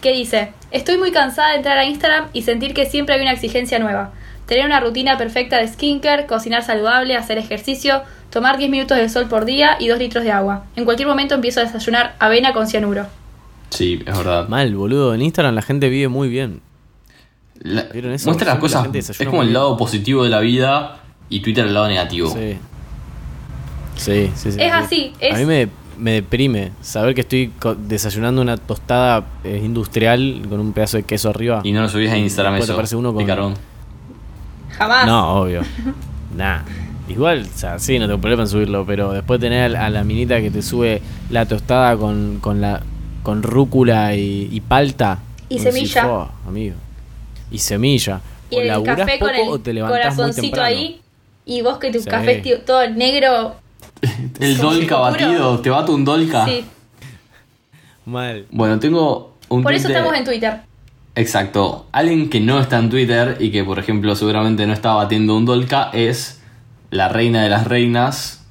C: que dice, estoy muy cansada de entrar a Instagram y sentir que siempre hay una exigencia nueva. Tener una rutina perfecta de skincare, cocinar saludable, hacer ejercicio, tomar 10 minutos de sol por día y 2 litros de agua. En cualquier momento empiezo a desayunar avena con cianuro.
B: Sí, es verdad.
A: Mal, boludo. En Instagram la gente vive muy bien.
B: La-
A: ¿Vieron eso? Siempre
B: muestra las
A: la
B: cosas.
A: gente
B: Es
A: desayuna
B: como
A: muy
B: el
A: bien.
B: lado positivo de la vida y Twitter el lado negativo.
A: Sí. Sí, sí, sí. sí.
C: Es así, es-
A: A mí me, me deprime saber que estoy co- desayunando una tostada eh, industrial con un pedazo de queso arriba.
B: Y no lo subís a Instagram
A: Después
B: eso.
A: aparece uno con-
B: picarón.
C: Jamás.
A: No, obvio. Nah. Igual, o sea, sí, no tengo problema en subirlo, pero después tener a la- a la minita que te sube la tostada con, con la con rúcula y, y palta.
C: Y
A: vos decís,
C: semilla.
A: "Fua, amigo. Y semilla.
C: Y
A: o
C: el
A: laburás
C: café con
A: poco o
C: el
A: te levantás muy
C: corazoncito
A: temprano.
C: ahí y vos que tu
A: Sí.
C: café esté todo negro.
B: El
C: Sí.
B: dolca
C: Puro.
B: batido. Te bato un dolca.
C: Sí.
A: Mal.
B: Bueno, tengo un
C: Por eso
B: tweet de-
C: estamos en Twitter.
B: Exacto. Alguien que no está en Twitter y que, por ejemplo, seguramente no está batiendo un Dolca es la reina de las reinas.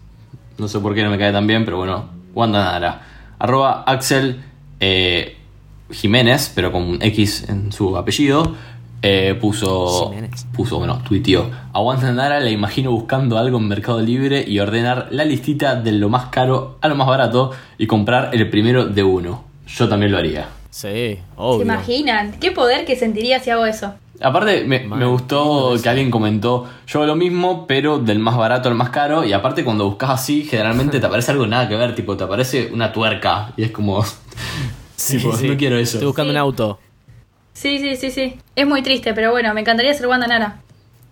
B: No sé por qué no me cae tan bien, pero bueno, Wanda Nara. Arroba Axel eh, Jiménez, pero con un X en su apellido. eh, puso,
A: Jiménez.
B: puso, bueno, tuiteó. A Wanda Nara la imagino buscando algo en Mercado Libre y ordenar la listita de lo más caro a lo más barato y comprar el primero de uno. Yo también lo haría.
A: Sí,
C: ¿Se
A: obvio.
C: imaginan? ¿Qué poder que sentiría si hago eso?
B: Aparte, me,
A: Mal.
B: me gustó que alguien comentó, yo hago lo mismo, pero del más barato al más caro. Y aparte, cuando buscas así, generalmente te aparece algo nada que ver, tipo, te aparece una tuerca. Y es como, (laughs) tipo, no quiero
A: Estoy
B: eso.
A: buscando
C: Sí.
A: un auto.
C: Sí, sí, sí, sí. Es muy triste, pero bueno, me encantaría ser Wanda Nara.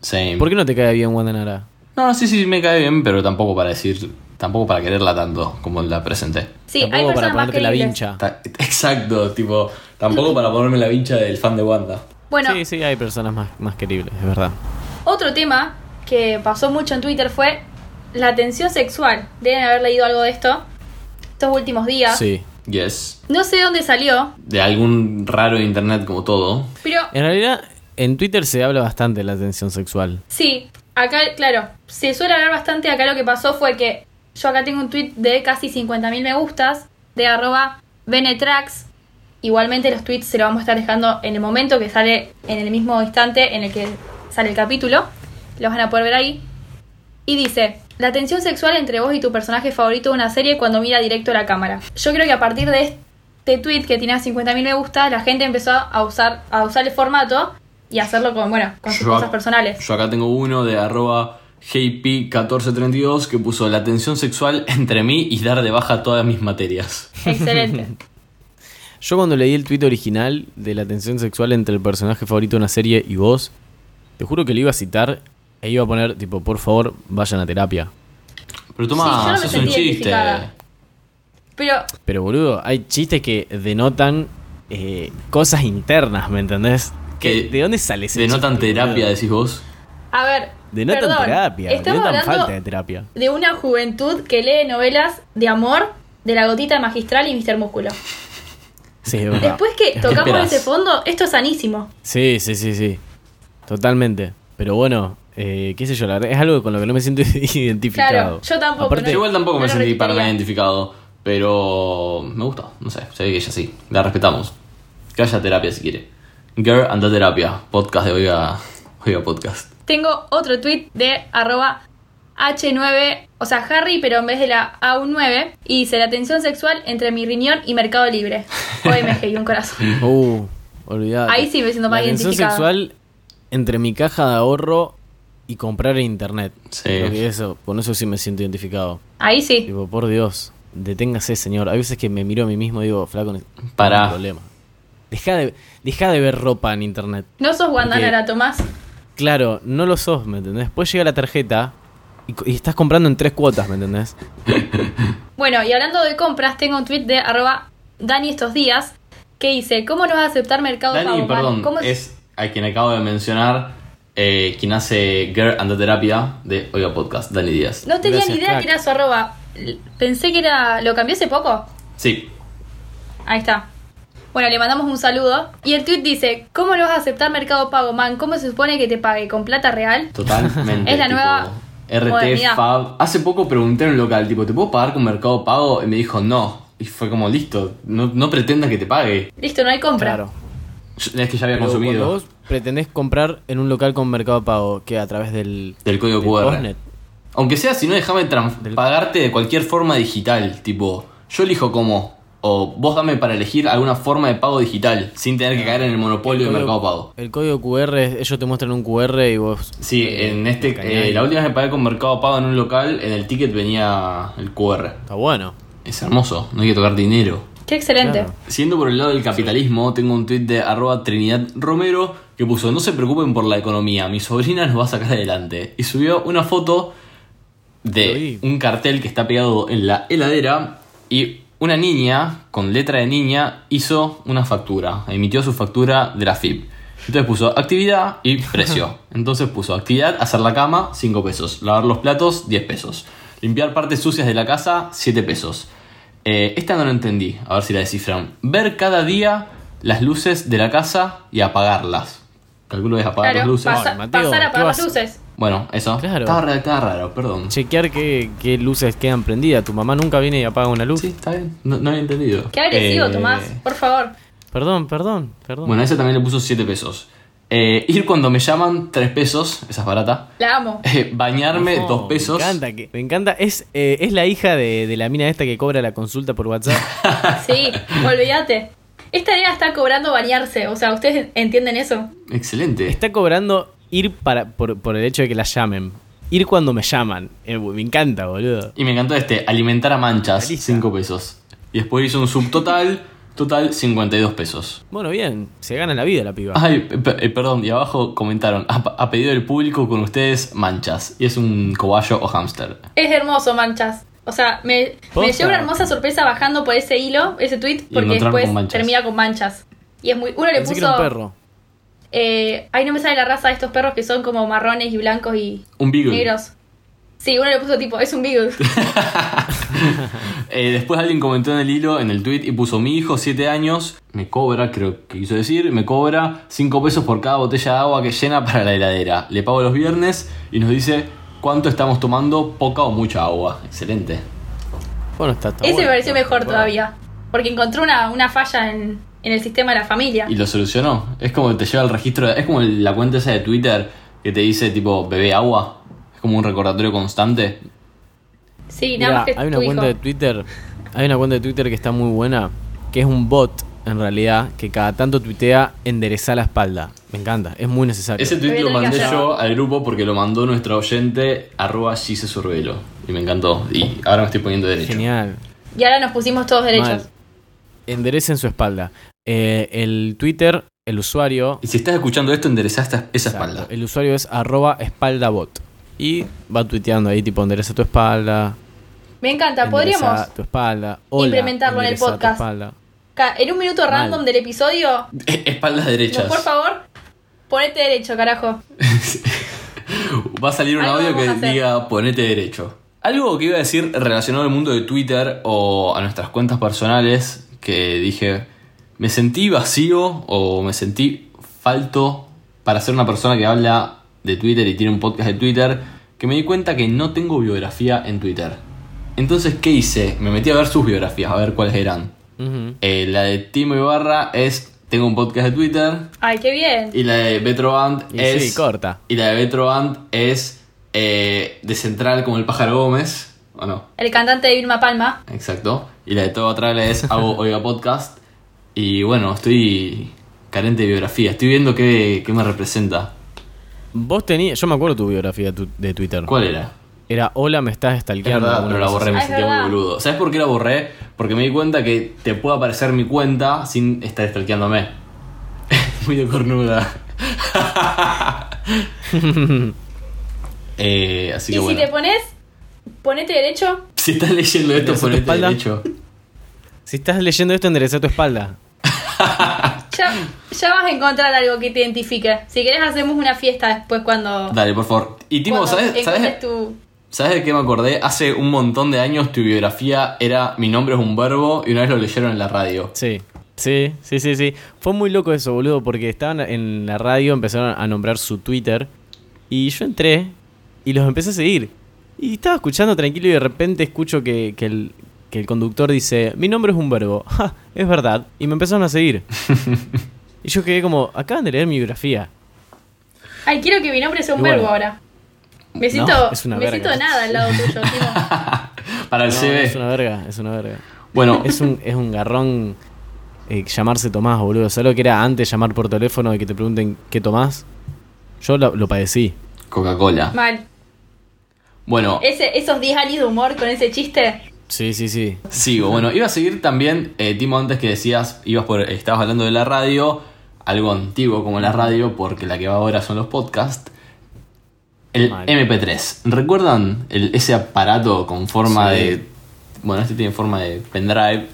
B: Same.
A: ¿Por qué no te cae bien Wanda Nara?
B: No, no, sí, sí, me cae bien, pero tampoco para decir, tampoco para quererla tanto como la presenté.
C: Sí, hay
A: Tampoco
C: personas
A: para
C: más
A: ponerte la
C: creíbles.
A: vincha.
B: Ta- (laughs) Exacto, tipo, tampoco para ponerme la vincha del fan de Wanda.
C: Bueno,
A: Sí, sí, hay personas más, más queribles, es verdad.
C: otro tema que pasó mucho en Twitter fue la tensión sexual. Deben haber leído algo de esto estos últimos días.
A: Sí.
B: Yes.
C: No sé dónde salió,
B: De algún raro internet como todo.
C: pero
A: En realidad, en Twitter se habla bastante de la tensión sexual.
C: sí, acá, claro, se suele hablar bastante. Acá lo que pasó fue que yo acá tengo un tweet de casi 50.000 me gustas de arroba Benetrax. Igualmente los tweets se los vamos a estar dejando en el momento que sale, en el mismo instante en el que sale el capítulo. Los van a poder ver ahí. Y dice, la tensión sexual entre vos y tu personaje favorito de una serie cuando mira directo a la cámara. Yo creo que a partir de este tweet que tiene 50.000 me gusta, la gente empezó a usar, a usar el formato y a hacerlo con, bueno, con sus
B: Yo-
C: cosas personales.
B: Yo acá tengo uno de arroba GP1432 que puso la tensión sexual entre mí y dar de baja todas mis materias.
C: (laughs) Excelente.
A: Yo cuando leí el tuit original de la tensión sexual entre el personaje favorito de una serie y vos, te juro que lo iba a citar e iba a poner tipo, por favor, vayan a terapia.
B: Pero
C: Sí, yo
B: toma,
C: no me
B: eso es un
C: sentí
B: chiste.
C: identificada. Pero
A: Pero boludo, hay chistes que denotan eh, cosas internas, ¿me entendés?
B: Que
A: ¿De dónde sale ese
B: Denotan
A: chiste,
B: terapia,
A: boludo?
B: decís vos.
C: A ver.
A: Denotan
C: perdón,
A: terapia,
C: Estamos
A: denotan
C: hablando
A: falta de terapia.
C: de
A: (laughs)
C: una juventud que lee novelas de amor, de la gotita magistral y Mr. Músculo.
A: Sí, es verdad.
C: Después que tocamos
B: esperás?
C: ese fondo, esto es sanísimo.
A: Sí, sí, sí, sí. Totalmente. Pero bueno, eh, qué sé yo, la verdad, es algo con lo que no me siento (laughs) identificado.
C: Claro, yo tampoco,
A: Aparte,
C: Sí.
B: Yo igual tampoco me
C: No lo
B: sentí para nada
C: repetiría.
B: identificado, pero me gustó, no sé, se ve que ella sí, la respetamos. Que haya terapia si quiere. Girl and the Terapia, podcast de Oiga, Oiga Podcast.
C: Tengo otro tweet de arroba H9, o sea, Harry, pero en vez de la AU9, y dice la tensión sexual entre mi riñón y Mercado
A: (laughs)
C: Libre. OMG y un corazón.
A: Uh, olvidate.
C: Ahí sí me siento más
A: La tensión
C: identificada.
A: sexual entre mi caja de ahorro y comprar en internet.
B: Sí.
A: Creo que eso, con eso sí me siento identificado.
C: Ahí sí.
A: Digo, por Dios, deténgase, señor. Hay veces que me miro a mí mismo y digo, flaco, no
B: Pará.
A: hay problema. Deja de, deja de ver ropa en internet.
C: No sos Guandanara,
A: Porque-
C: Tomás.
A: Claro, no lo sos, ¿me entendés? Después llega la tarjeta y, co- y estás comprando en tres cuotas, ¿me entendés?
C: Bueno, y hablando de compras, tengo un tweet de arroba Dani estos días que dice, ¿cómo no vas a aceptar mercado
B: Dani,
C: Pago?
B: perdón,
C: ¿Cómo
B: es a quien acabo de mencionar, eh, quien hace Girl and the Terapia de Oiga Podcast, Dani Díaz.
C: No tenía
A: Gracias,
C: ni idea
A: crack.
C: que era su arroba. Pensé que era... ¿Lo cambió hace poco?
B: Sí,
C: Ahí está. Bueno, le mandamos un saludo. Y el tweet dice, ¿cómo no vas a aceptar Mercado Pago, man? ¿Cómo se supone que te pague? ¿Con plata real?
B: totalmente.
C: (laughs) Es la
B: tipo,
C: nueva modernidad.
B: RT, Fab. Hace poco pregunté en un local, tipo, ¿te puedo pagar con Mercado Pago? Y me dijo, no. Y fue como, listo, no, no pretendas que te pague.
C: Listo, no hay compra.
B: Yo- Es que ya había
A: Pero
B: consumido.
A: cuando vos pretendés comprar en un local con Mercado Pago, que a través del,
B: Del código
A: del
B: QR.
A: Postnet.
B: Aunque sea, si no, déjame tran- pagarte de cualquier forma digital. Tipo, yo elijo cómo. O vos dame para elegir alguna forma de pago digital. Sin tener que caer en el monopolio del mercado pago.
A: El código QR, es- ellos te muestran un QR y vos.
B: Sí, en este.
A: Cañada.
B: eh, la última vez que pagué con mercado pago en un local, en el ticket venía el QR.
A: Está bueno.
B: Es hermoso, no hay que tocar dinero.
C: Qué excelente.
A: Claro.
B: Siendo por el lado del capitalismo, tengo un tweet de arroba Trinidad Romero que puso no se preocupen por la economía, mi sobrina nos va a sacar adelante. Y subió una foto
A: Lo
B: de
A: vi.
B: un cartel que está pegado en la heladera y una niña, con letra de niña, hizo una factura, emitió su factura de la FIP. Entonces puso actividad y
A: (laughs)
B: precio. Entonces puso actividad, hacer la cama, 5 pesos. Lavar los platos, 10 pesos. Limpiar partes sucias de la casa, 7 pesos. Eh, esta no la entendí, a ver si la descifran. Ver cada día las luces de la casa y apagarlas. Calculo que es apagar las
C: Claro,
B: luces.
C: pasa-
A: Ay, Mateo,
C: pasar a
A: ¿qué
C: apagar las
A: vas-
C: luces.
B: Bueno, eso.
A: Claro.
B: Estaba, ra- estaba raro, perdón.
A: Chequear qué, qué luces quedan prendidas. Tu mamá nunca viene y apaga una luz.
B: Sí, está bien. No, no había entendido.
C: Qué agresivo,
B: Eh,
C: Tomás. Por favor.
A: Perdón, perdón, perdón.
B: Bueno, a esa también le puso 7 pesos. Eh, ir cuando me llaman, 3 pesos. Esa es barata.
C: La amo.
B: Eh, bañarme,
A: No,
B: 2 pesos.
A: Me encanta, que, me encanta. Es, eh, es la hija de, de la mina esta que cobra la consulta por
B: (laughs)
A: WhatsApp. (laughs)
C: Sí, olvídate. Esta nena está cobrando bañarse. O sea, ¿ustedes entienden eso?
B: Excelente.
A: Está cobrando ir para, por, por el hecho de que la llamen. Ir cuando me llaman. Eh, me encanta, boludo.
B: Y me encantó este, alimentar a manchas,
A: Realista.
B: 5 pesos. Y después hizo un subtotal, total 52 pesos.
A: Bueno, bien, se gana la vida la piba.
B: Ay, pe- pe- eh, perdón, y abajo comentaron, a, a pedido del público con ustedes, manchas. Y es un cobayo o hámster.
C: Es hermoso, manchas. O sea, me, me
A: Posta.
C: llevó una hermosa sorpresa bajando por ese hilo, ese tweet, porque
B: encontrarme
C: después
B: con manchas.
C: termina con manchas. Y es muy. Uno le
A: Pensé que
C: puso.
A: era un perro.
C: eh, ay, no me sale la raza de estos perros que son como marrones y blancos y
B: Un beagle.
C: negros. Sí, uno le puso tipo, es un beagle.
B: Eh, después alguien comentó en el hilo, en el tweet, y puso mi hijo, 7 años, me cobra, creo que quiso decir, me cobra 5 pesos por cada botella de agua que llena para la heladera. Le pago los viernes y nos dice cuánto estamos tomando, poca o mucha agua. Excelente.
A: Bueno, está, está
C: (laughs) Ese me
A: bueno,
C: pareció
A: está
C: mejor
A: bueno.
C: todavía. Porque encontró una, una falla en, en el sistema de la familia.
B: Y lo solucionó. Es como que te lleva al registro, de- es como la cuenta esa de Twitter que te dice tipo, bebé agua. Es como un recordatorio constante.
C: Sí, nada
A: Mirá,
C: más que
A: hay una
C: tu
A: cuenta
C: hijo.
A: de Twitter. Hay una cuenta de Twitter que está muy buena. Que es un bot, en realidad, que cada tanto tuitea enderezá la espalda. Me encanta, es muy necesario.
B: Ese tweet lo
C: Lo voy a tener
B: mandé
C: que hacer.
B: yo al grupo porque lo mandó nuestra oyente arroba Gise Sorbelo. Y me encantó. Y ahora me estoy poniendo derecho.
A: Genial.
C: Y ahora nos pusimos todos derechos.
A: Mal. Enderecen su espalda. Eh, el Twitter, el usuario.
B: Y si estás escuchando esto, enderezá esta- esa espalda.
A: El usuario es arroba espaldabot. Y va tuiteando ahí, tipo, endereza tu espalda.
C: Me encanta,
A: endereza
C: podríamos.
A: tu espalda. Hola,
C: implementarlo en el
A: endereza tu
C: podcast.
A: espalda.
C: ca- En un minuto
A: Mal.
C: random del episodio,
B: Eh, Espaldas derechas.
C: por favor, ponete derecho, carajo.
B: Uh, Va a salir un
C: Algo
B: audio
C: vamos
B: que
C: a hacer.
B: diga ponete derecho. Algo que iba a decir relacionado al mundo de Twitter o a nuestras cuentas personales, que dije, me sentí vacío o me sentí falto para ser una persona que habla de Twitter y tiene un podcast de Twitter, que me di cuenta que no tengo biografía en Twitter. Entonces, ¿qué hice? Me metí a ver sus biografías, a ver cuáles eran.
A: Ujú.
B: Eh, la de Timo Ibarra es, tengo un podcast de Twitter,
C: Ay, qué bien.
B: y la de Betro Ant
A: Y
B: es.
A: sí, corta.
B: Y la de Betro Ant es eh, de central como el pájaro Gómez. ¿O no?
C: El cantante de Vilma Palma.
B: Exacto. Y la de todo
A: (laughs)
B: atrás es hago Oiga Podcast. Y bueno, estoy carente de biografía. Estoy viendo qué, qué me representa.
A: Vos tenías, yo me acuerdo tu biografía tu- de Twitter.
B: ¿Cuál era?
A: Era Hola, me estás
B: Es
A: stalkeando.
B: verdad,
A: una
B: pero la
A: cosa así.
B: borré, me
C: Ah, es
B: sentía muy
C: verdad.
B: boludo. ¿Sabes por qué la borré? Porque me di cuenta que te puede aparecer mi cuenta sin estar stalkeándome. (laughs) muy de cornuda. (laughs)
A: (laughs)
B: Eh, así
C: Y
B: que
C: si
B: bueno.
C: te pones, ponete derecho.
B: Si estás leyendo
A: ¿Enderezó
B: esto por
A: tu
B: este
A: espalda?
B: derecho.
A: Si estás leyendo esto, endereza tu espalda.
C: Ya, ya vas a encontrar algo que te identifique. Si querés hacemos una fiesta después cuando...
B: Dale, por favor. Y Timo,
C: cuando
B: ¿sabes,
C: encuentres
B: ¿sabes,
C: tu...
B: ¿sabes de qué me acordé? Hace un montón de años tu biografía era Mi nombre es un verbo y una vez lo leyeron en la radio.
A: Sí. Sí, sí, sí, sí. Fue muy loco eso, boludo, porque estaban en la radio, empezaron a nombrar su Twitter. Y yo entré y los empecé a seguir. Y estaba escuchando tranquilo y de repente escucho que, que el, que el conductor dice, mi nombre es un verbo. (laughs) Ja, es verdad. Y me empezaron a
B: (laughs)
A: seguir. y yo quedé como, acaban de leer mi biografía.
C: Ay, quiero que mi nombre sea un
A: Y bueno.
C: verbo ahora. Me
A: No,
C: siento,
A: es una
C: me
A: verga.
C: siento nada al lado
B: (laughs)
C: tuyo, Timo.
B: Para el
A: No,
B: CB.
A: es una verga, es una verga.
B: Bueno,
A: Es un, es un garrón eh, llamarse Tomás, boludo. ¿Sabes lo que era antes llamar por teléfono y que te pregunten qué tomás? Yo lo, lo padecí.
B: Coca-Cola.
C: Mal.
B: Bueno,
C: Ese, esos 10 años de humor con ese chiste.
A: Sí, sí, sí.
B: Sigo, bueno, iba a seguir también, eh, Timo, antes que decías, ibas por, estabas hablando de la radio, algo antiguo como la radio, porque la que va ahora son los podcasts. El
A: Mal.
B: MP3. ¿Recuerdan el- ese aparato con forma
A: Sí.
B: de. Bueno, este tiene forma de pendrive.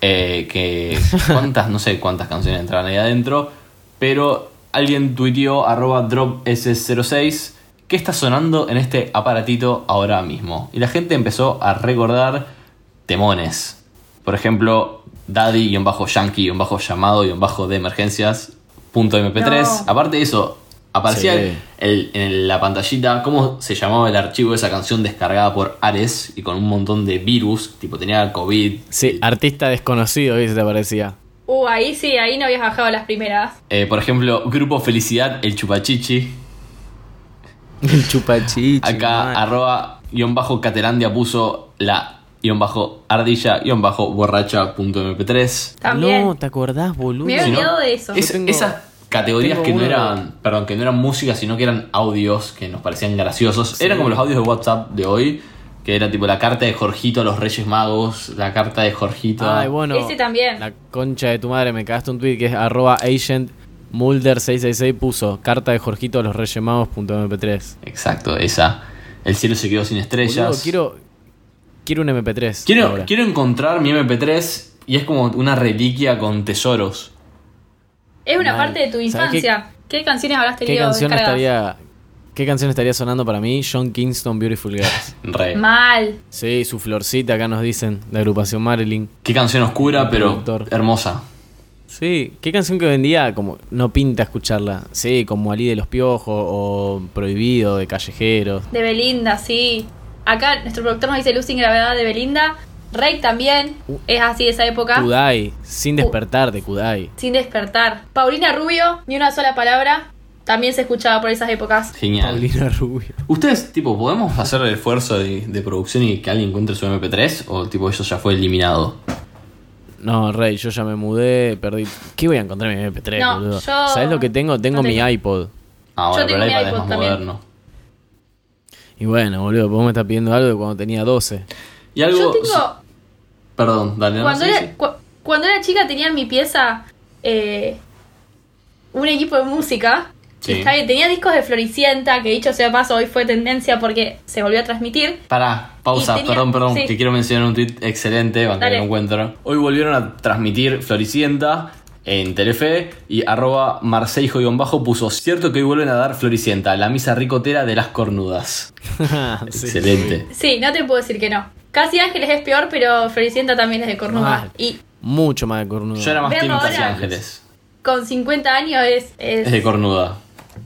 B: eh, que. cuántas, no sé cuántas canciones entraban ahí adentro. Pero alguien tuiteó arroba drops06. ¿Qué está sonando en este aparatito ahora mismo? Y la gente empezó a recordar temones. Por ejemplo, daddy-yankee-llamado-de emergencias.mp3.
C: No.
B: Aparte de eso, aparecía
A: Sí.
B: el- el- en la pantallita cómo se llamaba el archivo de esa canción descargada por Ares y con un montón de virus, tipo tenía COVID.
A: Sí, artista desconocido, ¿viste? Te parecía.
C: Uh, ahí sí, ahí no habías bajado las primeras.
B: Eh, por ejemplo, Grupo Felicidad, el Chupachichi.
A: El chupachichi.
B: Acá arroba guión bajo Caterandia puso la guión bajo ardilla guión bajo borracha punto mp3.
C: También.
A: No, ¿te acordás, boludo?
C: Me había
B: Si no,
C: olvidado de eso.
B: es-
A: Yo tengo-
B: esas categorías
A: tengo
B: que no
A: uno de-
B: eran, perdón, que no eran música, sino que eran audios que nos parecían graciosos. Eran como los audios de WhatsApp de hoy, que era tipo la carta de Jorgito a los Reyes Magos, la carta de Jorgito.
A: Ay, bueno.
C: Ese también.
A: La concha de tu madre, me cagaste un tweet que es arroba agent mulder666 puso carta de Jorgito a los reyemagos.mp3.
B: Exacto, esa. El cielo se quedó sin estrellas.
A: Boludo, quiero, quiero un mp3.
B: Quiero,
A: ahora.
B: quiero encontrar mi mp3 y es como una reliquia con tesoros.
C: Es una
A: Mal.
C: parte de tu
A: ¿Sabés
C: infancia. ¿Qué, canciones habrás tenido
A: ¿Qué canción,
C: descargadas?
A: estaría, ¿Qué canción estaría sonando para mí? John Kingston, Beautiful
C: (laughs)
A: Girls.
B: Re.
C: Mal.
A: sí, su florcita, acá nos dicen, la agrupación Marilyn.
B: Qué canción oscura, pero
A: Doctor.
B: hermosa.
A: Sí, ¿qué canción que vendía? Como no pinta escucharla. Sí, como Ali de los Piojos o Prohibido de Callejeros.
C: De Belinda, sí. Acá nuestro productor nos dice Luz sin gravedad de Belinda. Rey también.
B: Uh.
C: Es así de esa época.
A: Kudai,
C: Uh.
A: sin despertar de Kudai.
C: Sin despertar. Paulina Rubio, ni una sola palabra. También se escuchaba por esas épocas.
B: Genial.
A: Paulina Rubio.
B: ¿Ustedes, tipo, podemos hacer el esfuerzo de, de producción y que alguien encuentre su MP3? ¿O, tipo, eso ya fue eliminado?
A: No, Rey, yo ya me mudé, perdí. ¿Qué voy a encontrar en mi MP3,
C: No,
A: boludo?
C: yo
A: ¿Sabes lo que tengo? Tengo
C: no
A: mi
C: tengo.
A: iPod.
B: Ah,
C: Yo
B: bueno,
C: tengo
B: pero el
C: mi
B: iPad es
C: iPod
B: más
C: también.
B: moderno.
A: Y bueno, boludo, vos me estás pidiendo algo de cuando tenía (laughs) 12.
B: Y algo.
C: Yo tengo.
B: Perdón, dale. no,
C: Cuando,
B: sí,
C: era,
B: sí.
C: cu- cuando era chica tenía en mi pieza eh, un equipo de música.
B: Sí.
C: Y está bien, tenía discos de Floricienta, que dicho sea de paso, hoy fue tendencia porque se volvió a transmitir.
B: Pará, pausa,
C: Y tenía-
B: perdón, perdón,
C: sí.
B: que quiero mencionar un tweet excelente, banca que
C: Dale.
B: no encuentro. Hoy volvieron a transmitir Floricienta en Telefe y arroba marceijo-bajo puso cierto que hoy vuelven a dar Floricienta, la misa ricotera de las cornudas.
A: Sí.
B: Excelente.
C: Sí, no te puedo decir que no. Casi Ángeles es peor, pero Floricienta también es de cornuda.
A: Mal.
C: Y
A: Mucho más de cornudo.
B: Yo era más
C: Veamos
B: tímido
C: ahora.
B: casi ángeles.
C: con 50 años es, es,
B: Es de cornuda.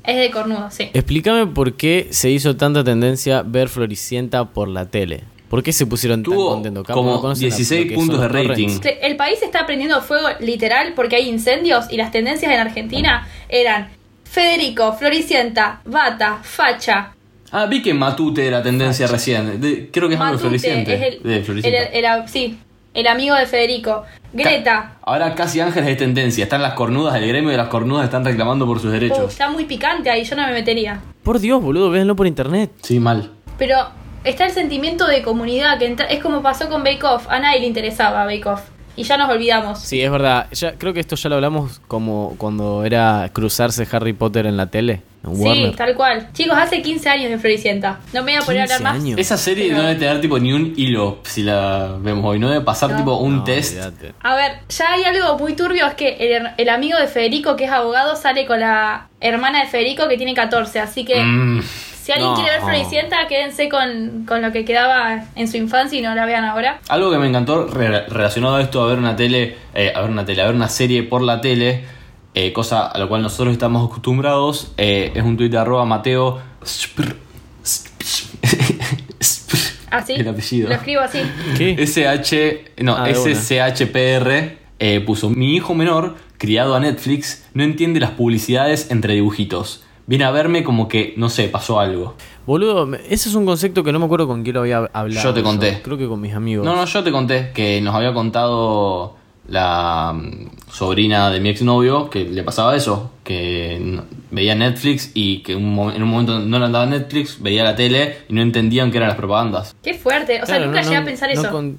C: es de cornudo, sí.
A: Explícame por qué se hizo tanta tendencia ver Floricienta por la tele. ¿Por qué se pusieron
B: Tuvo
A: tan contentos? Capo,
B: como
A: no conocen a-
B: 16
A: lo que son
B: puntos
A: los
B: de rating.
A: torrents.
C: Este, El país está prendiendo fuego literal porque hay incendios y las tendencias en Argentina eran Federico, Floricienta, Bata, Facha,
B: Ah, vi que Matute era tendencia recién. De- creo que es algo
C: Matute,
B: floreciente.
C: es el,
B: de Floricienta.
C: el- el- el- sí, el amigo de Federico, Greta,
B: Ahora casi ángeles es tendencia. Están las cornudas, el gremio de las cornudas están reclamando por sus
C: Uh,
B: derechos.
C: está muy picante ahí, yo no me metería.
A: Por Dios, boludo, véanlo por internet.
B: Sí, mal.
C: Pero está el sentimiento de comunidad, que entra- es como pasó con Bake Off, a nadie le interesaba Bake Off, y ya nos olvidamos.
A: Sí, es verdad. Ya, creo que esto ya lo hablamos como cuando era cruzarse Harry Potter en la tele. En Warner.
C: Sí, tal cual. Chicos, hace 15 años de Floricienta. No me voy a poner a hablar
A: 15
C: más.
A: años.
B: Esa serie
C: Pero-
B: no debe tener tipo ni un hilo si la vemos hoy. No debe pasar
C: No.
B: tipo un
A: No,
B: test.
A: olvídate.
C: A ver, ya hay algo muy turbio, es que el, her- el amigo de Federico, que es abogado, sale con la hermana de Federico, que tiene 14, así que
B: Mm.
C: si alguien
A: no.
C: quiere ver Floricienta, quédense con, con lo que quedaba en su infancia y no la vean ahora.
B: Algo que me encantó re- relacionado a esto, a ver una tele, eh, a ver una tele, a ver una serie por la tele, eh, cosa a la cual nosotros estamos acostumbrados, eh, es un tuit de arroba Mateo. Spr- Spr- Spr-
C: Así.
B: (laughs) El apellido.
C: Ah, Lo
B: (laughs)
C: escribo así.
A: ¿Qué?
B: SH, no,
A: Ah, de una.
B: SCHPR eh, puso: Mi hijo menor, criado a Netflix, no entiende las publicidades entre dibujitos. Viene a verme como que, no sé, pasó algo.
A: Boludo, me- ese es un concepto que no me acuerdo con quién lo había hablado.
B: Yo te conté.
A: Creo que con mis amigos.
B: No, no, yo te conté que nos había contado la mm, sobrina de mi exnovio que le pasaba eso, que no- veía Netflix y que un mo- en un momento no le andaba Netflix, veía la tele y no entendían qué eran las propagandas.
C: Qué fuerte. O sea,
A: Claro,
C: nunca
A: no-
C: llegué a
A: no-
C: pensar
A: no
C: eso.
A: con-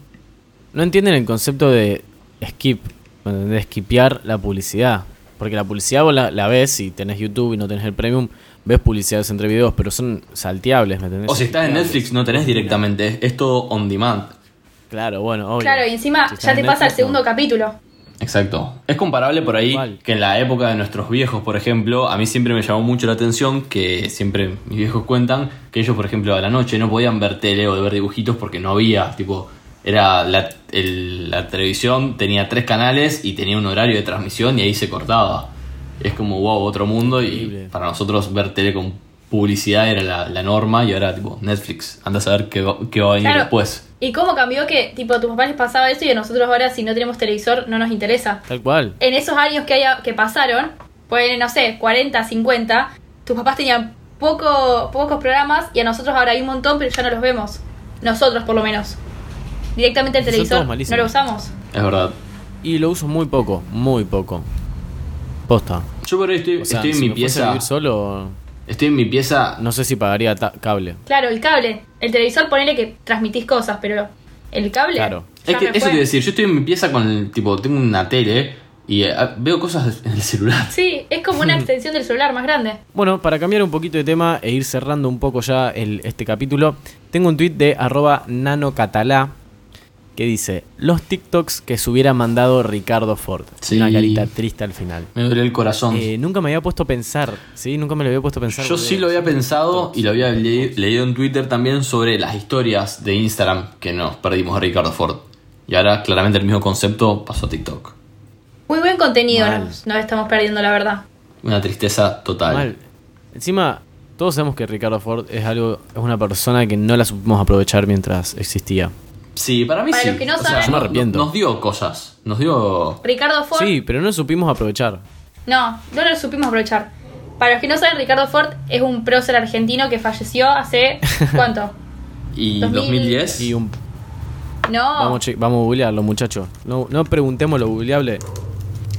A: no entienden el concepto de skip, ¿me entendés? Skipear la publicidad. Porque la publicidad vos la, la ves si tenés YouTube y no tenés el premium, ves publicidades entre videos, pero son salteables, ¿me entendés?
B: O si estás en
A: Skipeables.
B: Netflix no tenés directamente, es todo on demand.
A: Claro, bueno, obvio.
C: Claro, y encima
A: Si estás en
C: ya te pasa el
A: Netflix,
C: segundo
A: no.
C: capítulo.
B: Exacto. Es comparable por ahí
A: Igual.
B: que en la época de nuestros viejos, por ejemplo, a mí siempre me llamó mucho la atención que siempre mis viejos cuentan que ellos, por ejemplo, a la noche no podían ver tele o ver dibujitos porque no había, tipo, era la, el- la televisión tenía tres canales y tenía un horario de transmisión y ahí se cortaba. Es como, wow, otro mundo y
A: Increíble.
B: para nosotros ver tele con publicidad era la, la norma y ahora, tipo, Netflix, anda a saber qué va, qué va a venir
C: Claro.
B: después.
C: ¿Y cómo cambió que, tipo, a tus papás les pasaba eso y a nosotros ahora, si no tenemos televisor, no nos interesa?
A: Tal cual.
C: En esos años que, haya, que pasaron, pues, no sé, 40, 50, tus papás tenían poco, pocos programas y a nosotros ahora hay un montón, pero ya no los vemos. Nosotros, por lo menos. Directamente el
A: Son
C: televisor
A: todos
C: no
A: malísimos.
C: lo usamos.
B: Es verdad.
A: Y lo uso muy poco, muy poco. Posta.
B: Yo por ahí estoy,
A: O sea,
B: estoy en
A: si
B: mi
A: me fuese a
B: pieza.
A: vivir solo,
B: Estoy en mi pieza
A: no sé si pagaría ta- cable.
C: Claro, el cable. El televisor ponele que transmitís cosas, pero el cable.
A: Claro.
C: ya
B: Es que
C: me
B: eso
C: fue.
B: te iba a decir, yo estoy en mi pieza con el tipo, tengo una tele y eh, veo cosas en el celular. (laughs)
C: Sí, es
A: (laughs)
C: como una extensión del celular más grande.
A: Bueno, para cambiar un poquito de tema e ir cerrando un poco ya el- este capítulo, tengo un tweet de arroba nanocatalá que dice, los TikToks que se hubiera mandado Ricardo Ford.
B: Sí.
A: Una carita triste al final.
B: Me duele el corazón.
A: Eh, nunca me había puesto a pensar, ¿sí? Nunca me lo había puesto a pensar.
B: yo
A: boludo.
B: sí lo había pensado y lo había le- leído en Twitter también sobre las historias de Instagram que nos perdimos a Ricardo Ford. Y ahora claramente el mismo concepto pasó a TikTok.
C: Muy buen contenido
A: Mal.
C: nos, nos estamos perdiendo, la verdad.
B: Una tristeza total.
A: Mal. Encima, todos sabemos que Ricardo Ford es algo, es una persona que no la supimos aprovechar mientras existía.
B: Sí, para mí
C: Para
B: sí.
C: los que no
B: O sea,
C: saben-
A: Yo me arrepiento.
B: Nos dio cosas. Nos dio...
C: Ricardo Ford.
A: Sí, pero no supimos aprovechar.
C: No, no lo supimos aprovechar. Para los que no saben, Ricardo Ford es un prócer argentino que
A: (laughs)
C: falleció hace. ¿Cuánto?
B: Y
C: 2000.
B: 2010...
A: Y un
C: No. Ah.
A: Vamos, che- vamos a googlearlo, muchachos. No, no preguntemos lo googleable.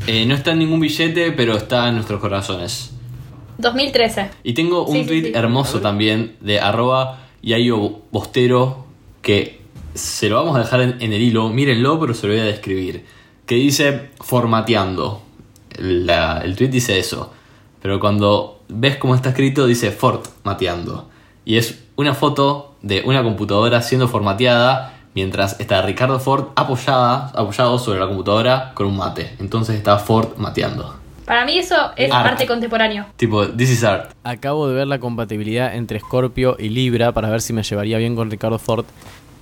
B: eh, no está en ningún billete, pero está en nuestros corazones.
C: 2013.
B: Y tengo un
C: Sí, sí,
B: tweet
C: sí.
B: hermoso también de arroba Yayo Bostero que se lo vamos a dejar en, en el hilo, mírenlo, pero se lo voy a describir. Que dice formateando. La- el tweet dice eso. Pero cuando ves cómo está escrito, dice formateando. Y es una foto de una computadora siendo formateada mientras está Ricardo Ford apoyada, apoyado sobre la computadora con un mate. Entonces está Ford mateando.
C: Para mí eso es
B: Art.
A: (laughs)
C: arte contemporáneo.
B: Tipo, this is art.
A: Acabo de ver la compatibilidad entre Scorpio y Libra para ver si me llevaría bien con Ricardo Ford.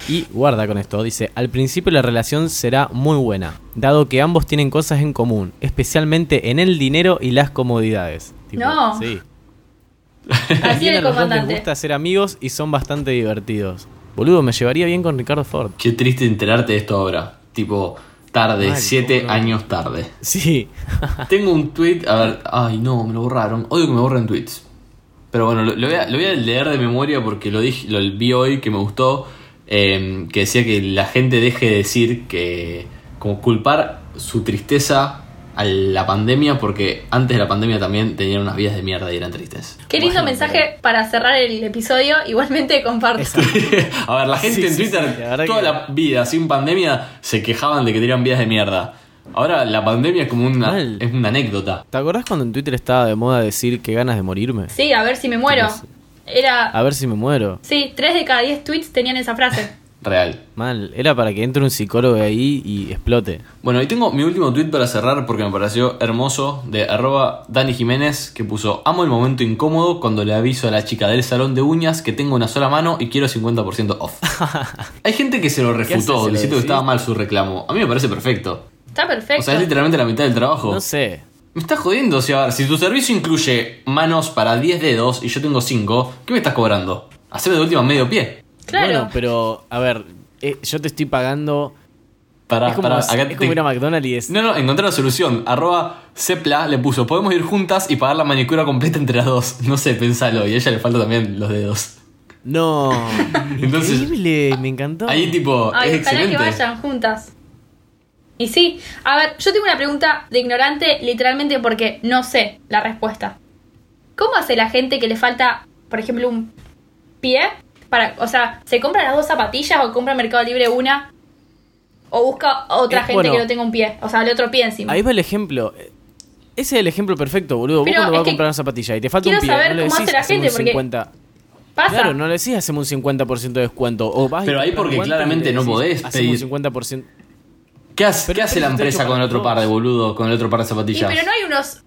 A: Y guarda con esto, dice, al principio la relación será muy buena, dado que ambos tienen cosas en común, especialmente en el dinero y las comodidades.
C: No.
A: Sí.
C: (laughs) Así
A: También
C: era
A: a
C: el
A: los dos les
C: comandante.
A: gusta ser amigos y son bastante divertidos. Boludo, me llevaría bien con Ricardo Ford. (laughs)
B: Qué triste enterarte de esto ahora. Tipo, tarde,
A: Mal,
B: siete
A: boludo.
B: años tarde.
A: Sí.
B: Tengo un tweet, a ver, ay no, me lo borraron. Odio que me borren tweets. Pero bueno, lo, lo voy, a, lo voy a leer de memoria porque lo, dije, lo vi hoy que me gustó. eh, que decía que la gente deje de decir que. Como culpar su tristeza a la pandemia porque antes de la pandemia también tenían unas vidas de mierda y eran tristes.
C: Qué lindo mensaje para cerrar el episodio. (laughs) Igualmente comparto.
B: (laughs) a ver, la gente
A: Sí,
B: en
A: sí,
B: Twitter
A: sí, la verdad
B: toda
A: que-
B: la vida sin pandemia se quejaban de que tenían vidas de mierda. Ahora la pandemia es como una,
A: Mal.
B: es una anécdota.
A: ¿Te acordás cuando en Twitter estaba de moda decir que ganas de morirme?
C: Sí, a ver si me muero.
A: A
C: Era.
A: ver si me muero.
C: Sí, 3 de cada 10 tweets tenían esa frase.
B: Real.
A: Mal, era para que entre un psicólogo ahí y explote.
B: Bueno, y tengo mi último tweet para cerrar porque me pareció hermoso de arroba Dani Jiménez que puso Amo el momento incómodo cuando le aviso a la chica del salón de uñas que tengo una sola mano y quiero 50%
A: (laughs)
B: off. Hay gente que se lo
A: hace? ¿Se
B: refutó
A: lo
B: diciendo que
A: decís?
B: estaba mal su reclamo. A mí me parece perfecto.
C: Está
B: O
C: perfecto.
B: sea, es literalmente la mitad del trabajo.
A: No sé.
B: Me estás jodiendo, o sea, a ver, si tu servicio incluye manos para 10 dedos y yo tengo 5, ¿qué me estás cobrando? Haceme de última medio pie.
C: claro.
A: Bueno, pero, a ver, eh, yo te estoy pagando.
B: Para,
A: es como, es como ir a McDonald's y es.
B: No, no, encontré la solución. Arroba Cepla le puso, podemos ir juntas y pagar la manicura completa entre las dos. No sé, pensalo. Y a ella le faltan también los dedos.
A: No.
B: (laughs) Entonces-
A: Increíble, me encantó.
B: Ahí tipo,
C: Ay,
B: es
C: ojalá
B: excelente.
C: que vayan juntas. Y sí, a ver, yo tengo una pregunta de ignorante, literalmente porque no sé la respuesta. ¿Cómo hace la gente que le falta, por ejemplo, un pie? Para, o sea, ¿se compra las dos zapatillas o compra en Mercado Libre una? ¿O busca otra
A: Eh,
C: gente
A: bueno.
C: que no tenga un pie? O sea, el otro pie encima.
A: Ahí va el ejemplo. Ese es el ejemplo perfecto, boludo.
C: Pero
A: Vos cuando vas
C: es
A: a
C: que
A: comprar una zapatilla y te falta
C: quiero
A: un pie,
C: saber
A: no le
C: cómo
A: decís
C: hace la
A: "Haceme
C: gente,
A: un
C: porque
A: 50.
C: ¿Pasa?
A: Claro, no le decís hacemos un 50% de descuento. O vas y
B: Pero ahí
A: compras
B: porque
A: guantes y le
B: claramente no
A: decís,
B: podés
A: Hacemos
B: pedir-
A: un 50%.
B: ¿Qué hace,
A: Pero
B: qué hace
A: esto
B: la
A: está hecho
B: empresa
A: para
B: con el otro
A: todos.
B: par de boludo? Con el otro par de
C: Y,
B: zapatillas.
C: pero no hay unos...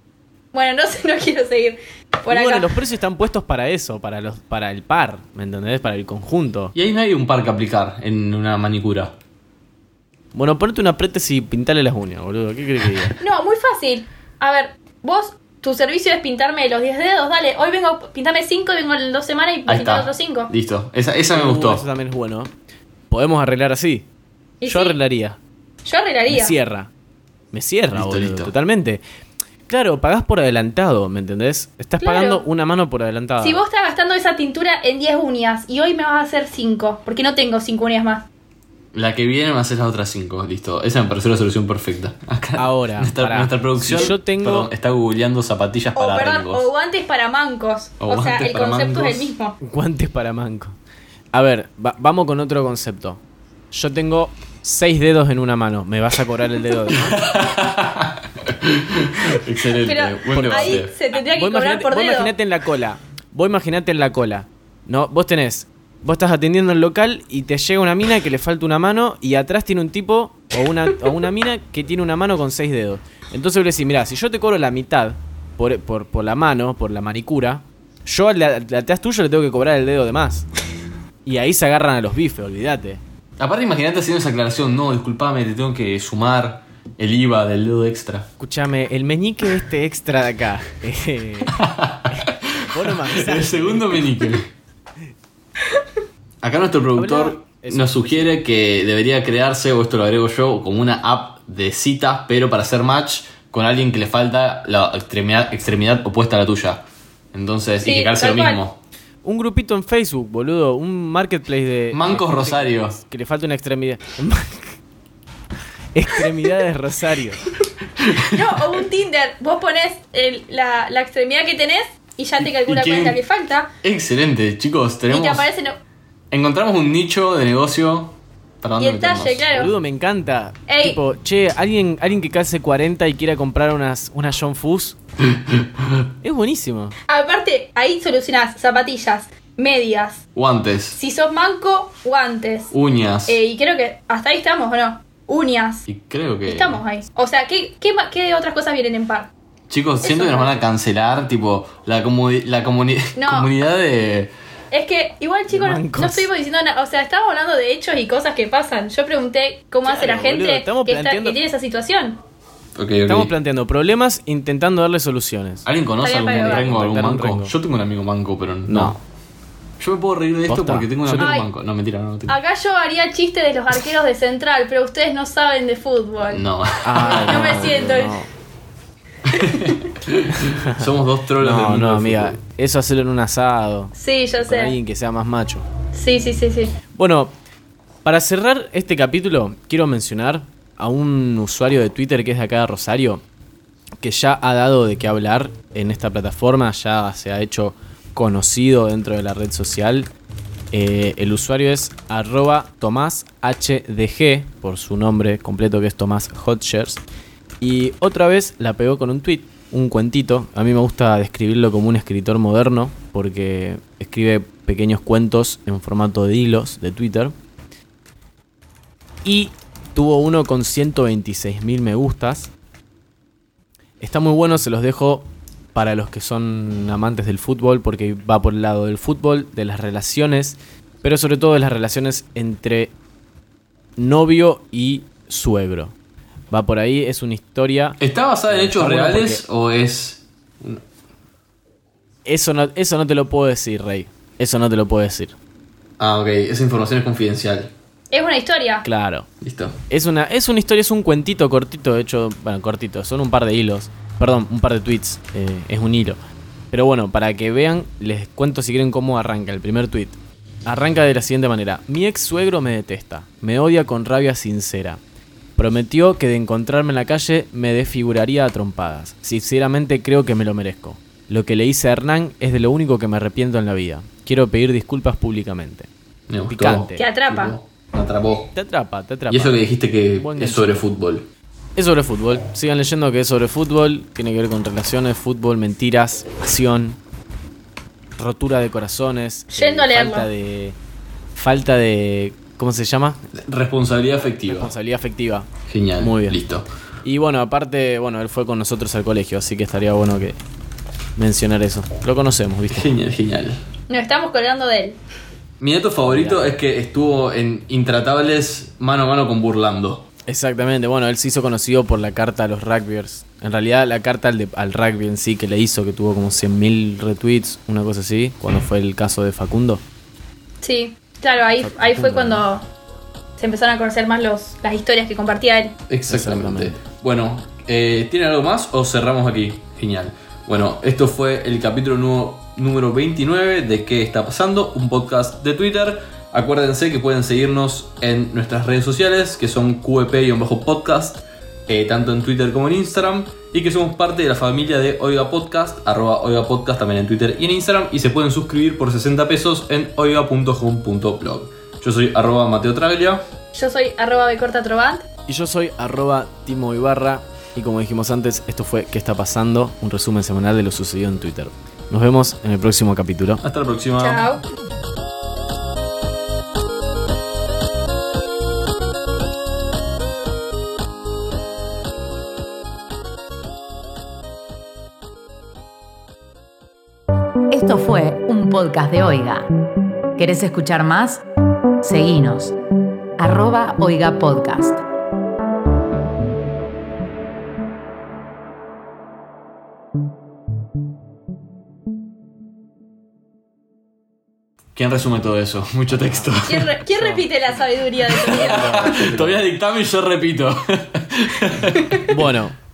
C: Bueno, no sé, (laughs) no quiero seguir por
A: Y
C: acá.
A: bueno, los precios están puestos para eso, para los para el par, ¿me entendés? Para el conjunto.
B: Y ahí no hay un par que aplicar en una manicura.
A: Bueno, ponete una prótesis y pintale las uñas, boludo. ¿Qué crees que diga?
C: No, muy fácil. A ver, vos, tu servicio es pintarme los 10 dedos, dale. Hoy vengo, pintame 5 y vengo en dos semanas y
B: Ahí
C: pintar
B: está.
C: otros 5.
B: Listo. Esa, esa me
A: Uh,
B: gustó.
A: Eso también es bueno. Podemos arreglar así.
C: Y
A: Yo
C: sí.
A: arreglaría.
C: Yo
A: Me
C: arreglaría.
A: cierra. Me cierra,
B: Listo,
A: boludo.
B: listo.
A: Totalmente. Claro, pagás por adelantado, ¿me entendés? Estás
C: Claro.
A: pagando una mano por adelantado.
C: Si vos estás gastando esa tintura en 10 uñas y hoy me vas a hacer 5, porque no tengo 5 uñas más.
B: La que viene va a ser las otras cinco, listo. Esa me pareció la solución perfecta. (laughs) Acá
A: Ahora,
B: nuestra,
A: pará.
B: nuestra producción
A: Si yo tengo-
B: perdón, está googleando zapatillas
C: O,
B: para
C: Oh, perdón,
B: rengos.
C: o guantes para mancos.
B: O
C: O, sea,
B: guantes
C: el
B: para
C: concepto es
B: mancos.
C: el mismo.
A: Guantes para manco. A ver, va- vamos con otro concepto. Yo tengo seis dedos en una mano. Me vas a cobrar el dedo. de-
B: (laughs) Excelente,
C: Pero
B: eh, buen debate.
C: ahí se tendría que
A: vos
C: cobrar
A: imaginate,
C: por
A: vos
C: dedo.
A: imaginate en la cola. Vos imaginate en la cola. No, vos tenés. Vos estás atendiendo el local y te llega una mina que le falta una mano y atrás tiene un tipo o una, o una mina que tiene una mano con seis dedos. Entonces vos le decís, mirá, si yo te cobro la mitad por, por, por la mano, por la manicura, yo al de al de atrás tuyo le tengo que cobrar el dedo de más. Y ahí se agarran a los bifes, olvídate.
B: Aparte, imagínate haciendo esa aclaración. No, disculpame, te tengo que sumar el IVA del dedo extra.
A: Escúchame, el meñique este extra de acá. (laughs) eh, vos no me avisás.
B: El segundo meñique. Acá nuestro productor
A: Habla-
B: nos sugiere que debería crearse, o esto lo agrego yo, como una app de citas, pero para hacer match con alguien que le falta la extremidad, extremidad opuesta a la tuya. Entonces,
C: Sí,
B: y que calce lo
C: tal cual.
B: mismo.
A: Un grupito en Facebook, boludo. Un marketplace de. de
B: Mancos
A: gente
B: Rosario.
A: que- Que le falta una extremidad. (laughs) Extremidades Rosario.
C: (laughs) No, o un Tinder. Vos ponés el- la, la extremidad que tenés y ya te calcula cuál
B: quién?
C: es la que falta.
B: Excelente, chicos.
C: Y te
B: Tenemos,
C: aparecen.
B: encontramos un nicho de negocio para
C: Y
B: dónde
C: el talle,
B: meternos.
C: (laughs) claro.
A: Boludo, me encanta.
C: Ey.
A: Tipo, che, alguien, alguien que calce 40 y quiera comprar unas, unas John
B: (laughs)
A: Fuss. es buenísimo.
C: Aparte, ahí solucionás zapatillas, medias,
B: Guantes,
C: si sos manco, guantes.
B: uñas.
C: Eh, y creo que hasta ahí estamos, ¿o no? Uñas.
B: Y creo que.
C: Estamos ahí. O sea, ¿qué, qué, ma- qué otras cosas vienen en par?
B: Chicos, siento
C: Eso
B: que nos
C: no.
B: van a cancelar, tipo, la, comuni- la comuni-
C: No.
B: comunidad de,
C: Es que igual, chicos, no,
A: Mancos.
C: no estuvimos diciendo nada. O sea, estamos hablando de hechos y cosas que pasan. Yo pregunté cómo hace la
A: Claro,
C: gente
A: boludo, estamos
C: que, está-
A: planteando-
C: que tiene esa situación.
B: Ok, ok.
A: Estamos planteando problemas intentando darle soluciones.
B: ¿Alguien conoce
C: Está bien,
B: algún
C: para que
B: rengo,
A: va.
B: algún
A: Contactar un
B: manco?
A: rengo.
B: Yo tengo un amigo manco, pero no.
A: No.
B: Yo me puedo reír de esto
A: Posta.
B: porque tengo un
A: Yo
B: amigo
C: tengo-
B: manco. No, mentira, no, no tengo.
C: Acá yo haría chiste de los arqueros de Central, pero ustedes no saben de fútbol.
B: No.
A: Ah,
C: (laughs) No me siento.
B: (laughs) Somos dos trolos del
A: No,
B: mundo
A: no,
B: del
A: amiga.
B: fútbol.
A: Eso hacerlo en un asado.
C: Sí, ya
A: Con
C: sé.
A: alguien que sea más macho.
C: Sí, sí, sí, sí.
A: Bueno, para cerrar este capítulo, quiero mencionar a un usuario de Twitter que es de acá de Rosario, que ya ha dado de qué hablar en esta plataforma, ya se ha hecho conocido dentro de la red social. Eh, el usuario es arroba Tomás HDG, por su nombre completo que es Tomás Hotchers. Y otra vez la pegó con un tweet, un cuentito. A mí me gusta describirlo como un escritor moderno, porque escribe pequeños cuentos en formato de hilos de Twitter. Y tuvo uno con 126.000 me gustas. Está muy bueno, se los dejo para los que son amantes del fútbol, porque va por el lado del fútbol, de las relaciones, pero sobre todo de las relaciones entre novio y suegro. Va por ahí, es una historia.
B: ¿Está basada en hechos
A: Está bueno
B: reales o es.?
A: Eso no, eso no te lo puedo decir, Rey. Eso no te lo puedo decir.
B: Ah, ok, esa información es confidencial.
C: Es una historia.
A: Claro.
B: Listo.
A: Es una, es una historia, es un cuentito cortito, de hecho, bueno, cortito, son un par de hilos, perdón, un par de tweets, eh, es un hilo. Pero bueno, para que vean, les cuento si quieren cómo arranca el primer tweet. Arranca de la siguiente manera. Mi ex suegro me detesta, me odia con rabia sincera. Prometió que de encontrarme en la calle me desfiguraría a trompadas. Sinceramente creo que me lo merezco. Lo que le hice a Hernán es de lo único que me arrepiento en la vida. Quiero pedir disculpas públicamente.
B: Me gustó.
A: Picante.
C: Te atrapa.
B: Tipo, Me atrapó.
A: Te atrapa, te atrapa.
B: Y eso que dijiste que
A: Buen
B: es
A: ganchito.
B: sobre fútbol.
A: Es sobre fútbol. Sigan leyendo que es sobre fútbol. Tiene que ver con relaciones, fútbol, mentiras, acción, rotura de corazones. eh,
C: Yendo a leerlo.
A: Falta de. Falta de. ¿Cómo se llama?
B: Responsabilidad afectiva.
A: Responsabilidad afectiva.
B: Genial.
A: Muy bien.
B: Listo.
A: Y bueno, aparte, bueno, él fue con nosotros al colegio, así que estaría bueno que mencionar eso. Lo conocemos, ¿viste?
B: Genial, genial.
C: Nos estamos colgando de él.
B: Mi dato favorito es que estuvo en Intratables mano a mano con Burlando.
A: Exactamente. Bueno, él se hizo conocido por la carta a los rugbyers. En realidad, la carta al, de- al rugby en sí que le hizo, que tuvo como 100.000 retweets, una cosa así, cuando fue el caso de Facundo.
C: Sí, claro, ahí, ahí fue cuando se empezaron a conocer más los, las historias que compartía él.
B: Exactamente.
A: Exactamente.
B: Bueno, eh, ¿tienen algo más o cerramos aquí? Genial. Bueno, esto fue el capítulo nu- número 29 de ¿Qué está pasando? Un podcast de Twitter. Acuérdense que pueden seguirnos en nuestras redes sociales, que son E QEP-podcast, eh, tanto en Twitter como en Instagram, y que somos parte de la familia de Oiga Podcast, arroba Oiga Podcast también en Twitter y en Instagram, y se pueden suscribir por 60 pesos en oiga.home.blog. Yo soy arroba Mateo Traglia.
C: Yo soy arroba becorta trovant.
A: Y yo soy arroba Timo Ibarra. Y como dijimos antes, esto fue ¿Qué está pasando? Un resumen semanal de lo sucedido en Twitter. Nos vemos en el próximo capítulo.
B: Hasta la próxima.
C: Chao.
D: Esto fue un podcast de Oiga. ¿Querés escuchar más? Seguinos. Arroba Oiga Podcast.
B: ¿Quién resume todo eso? (laughs) Mucho texto.
C: ¿Quién, re- quién repite la sabiduría de tu vida?
B: Todavía dictame y yo repito.
A: Bueno.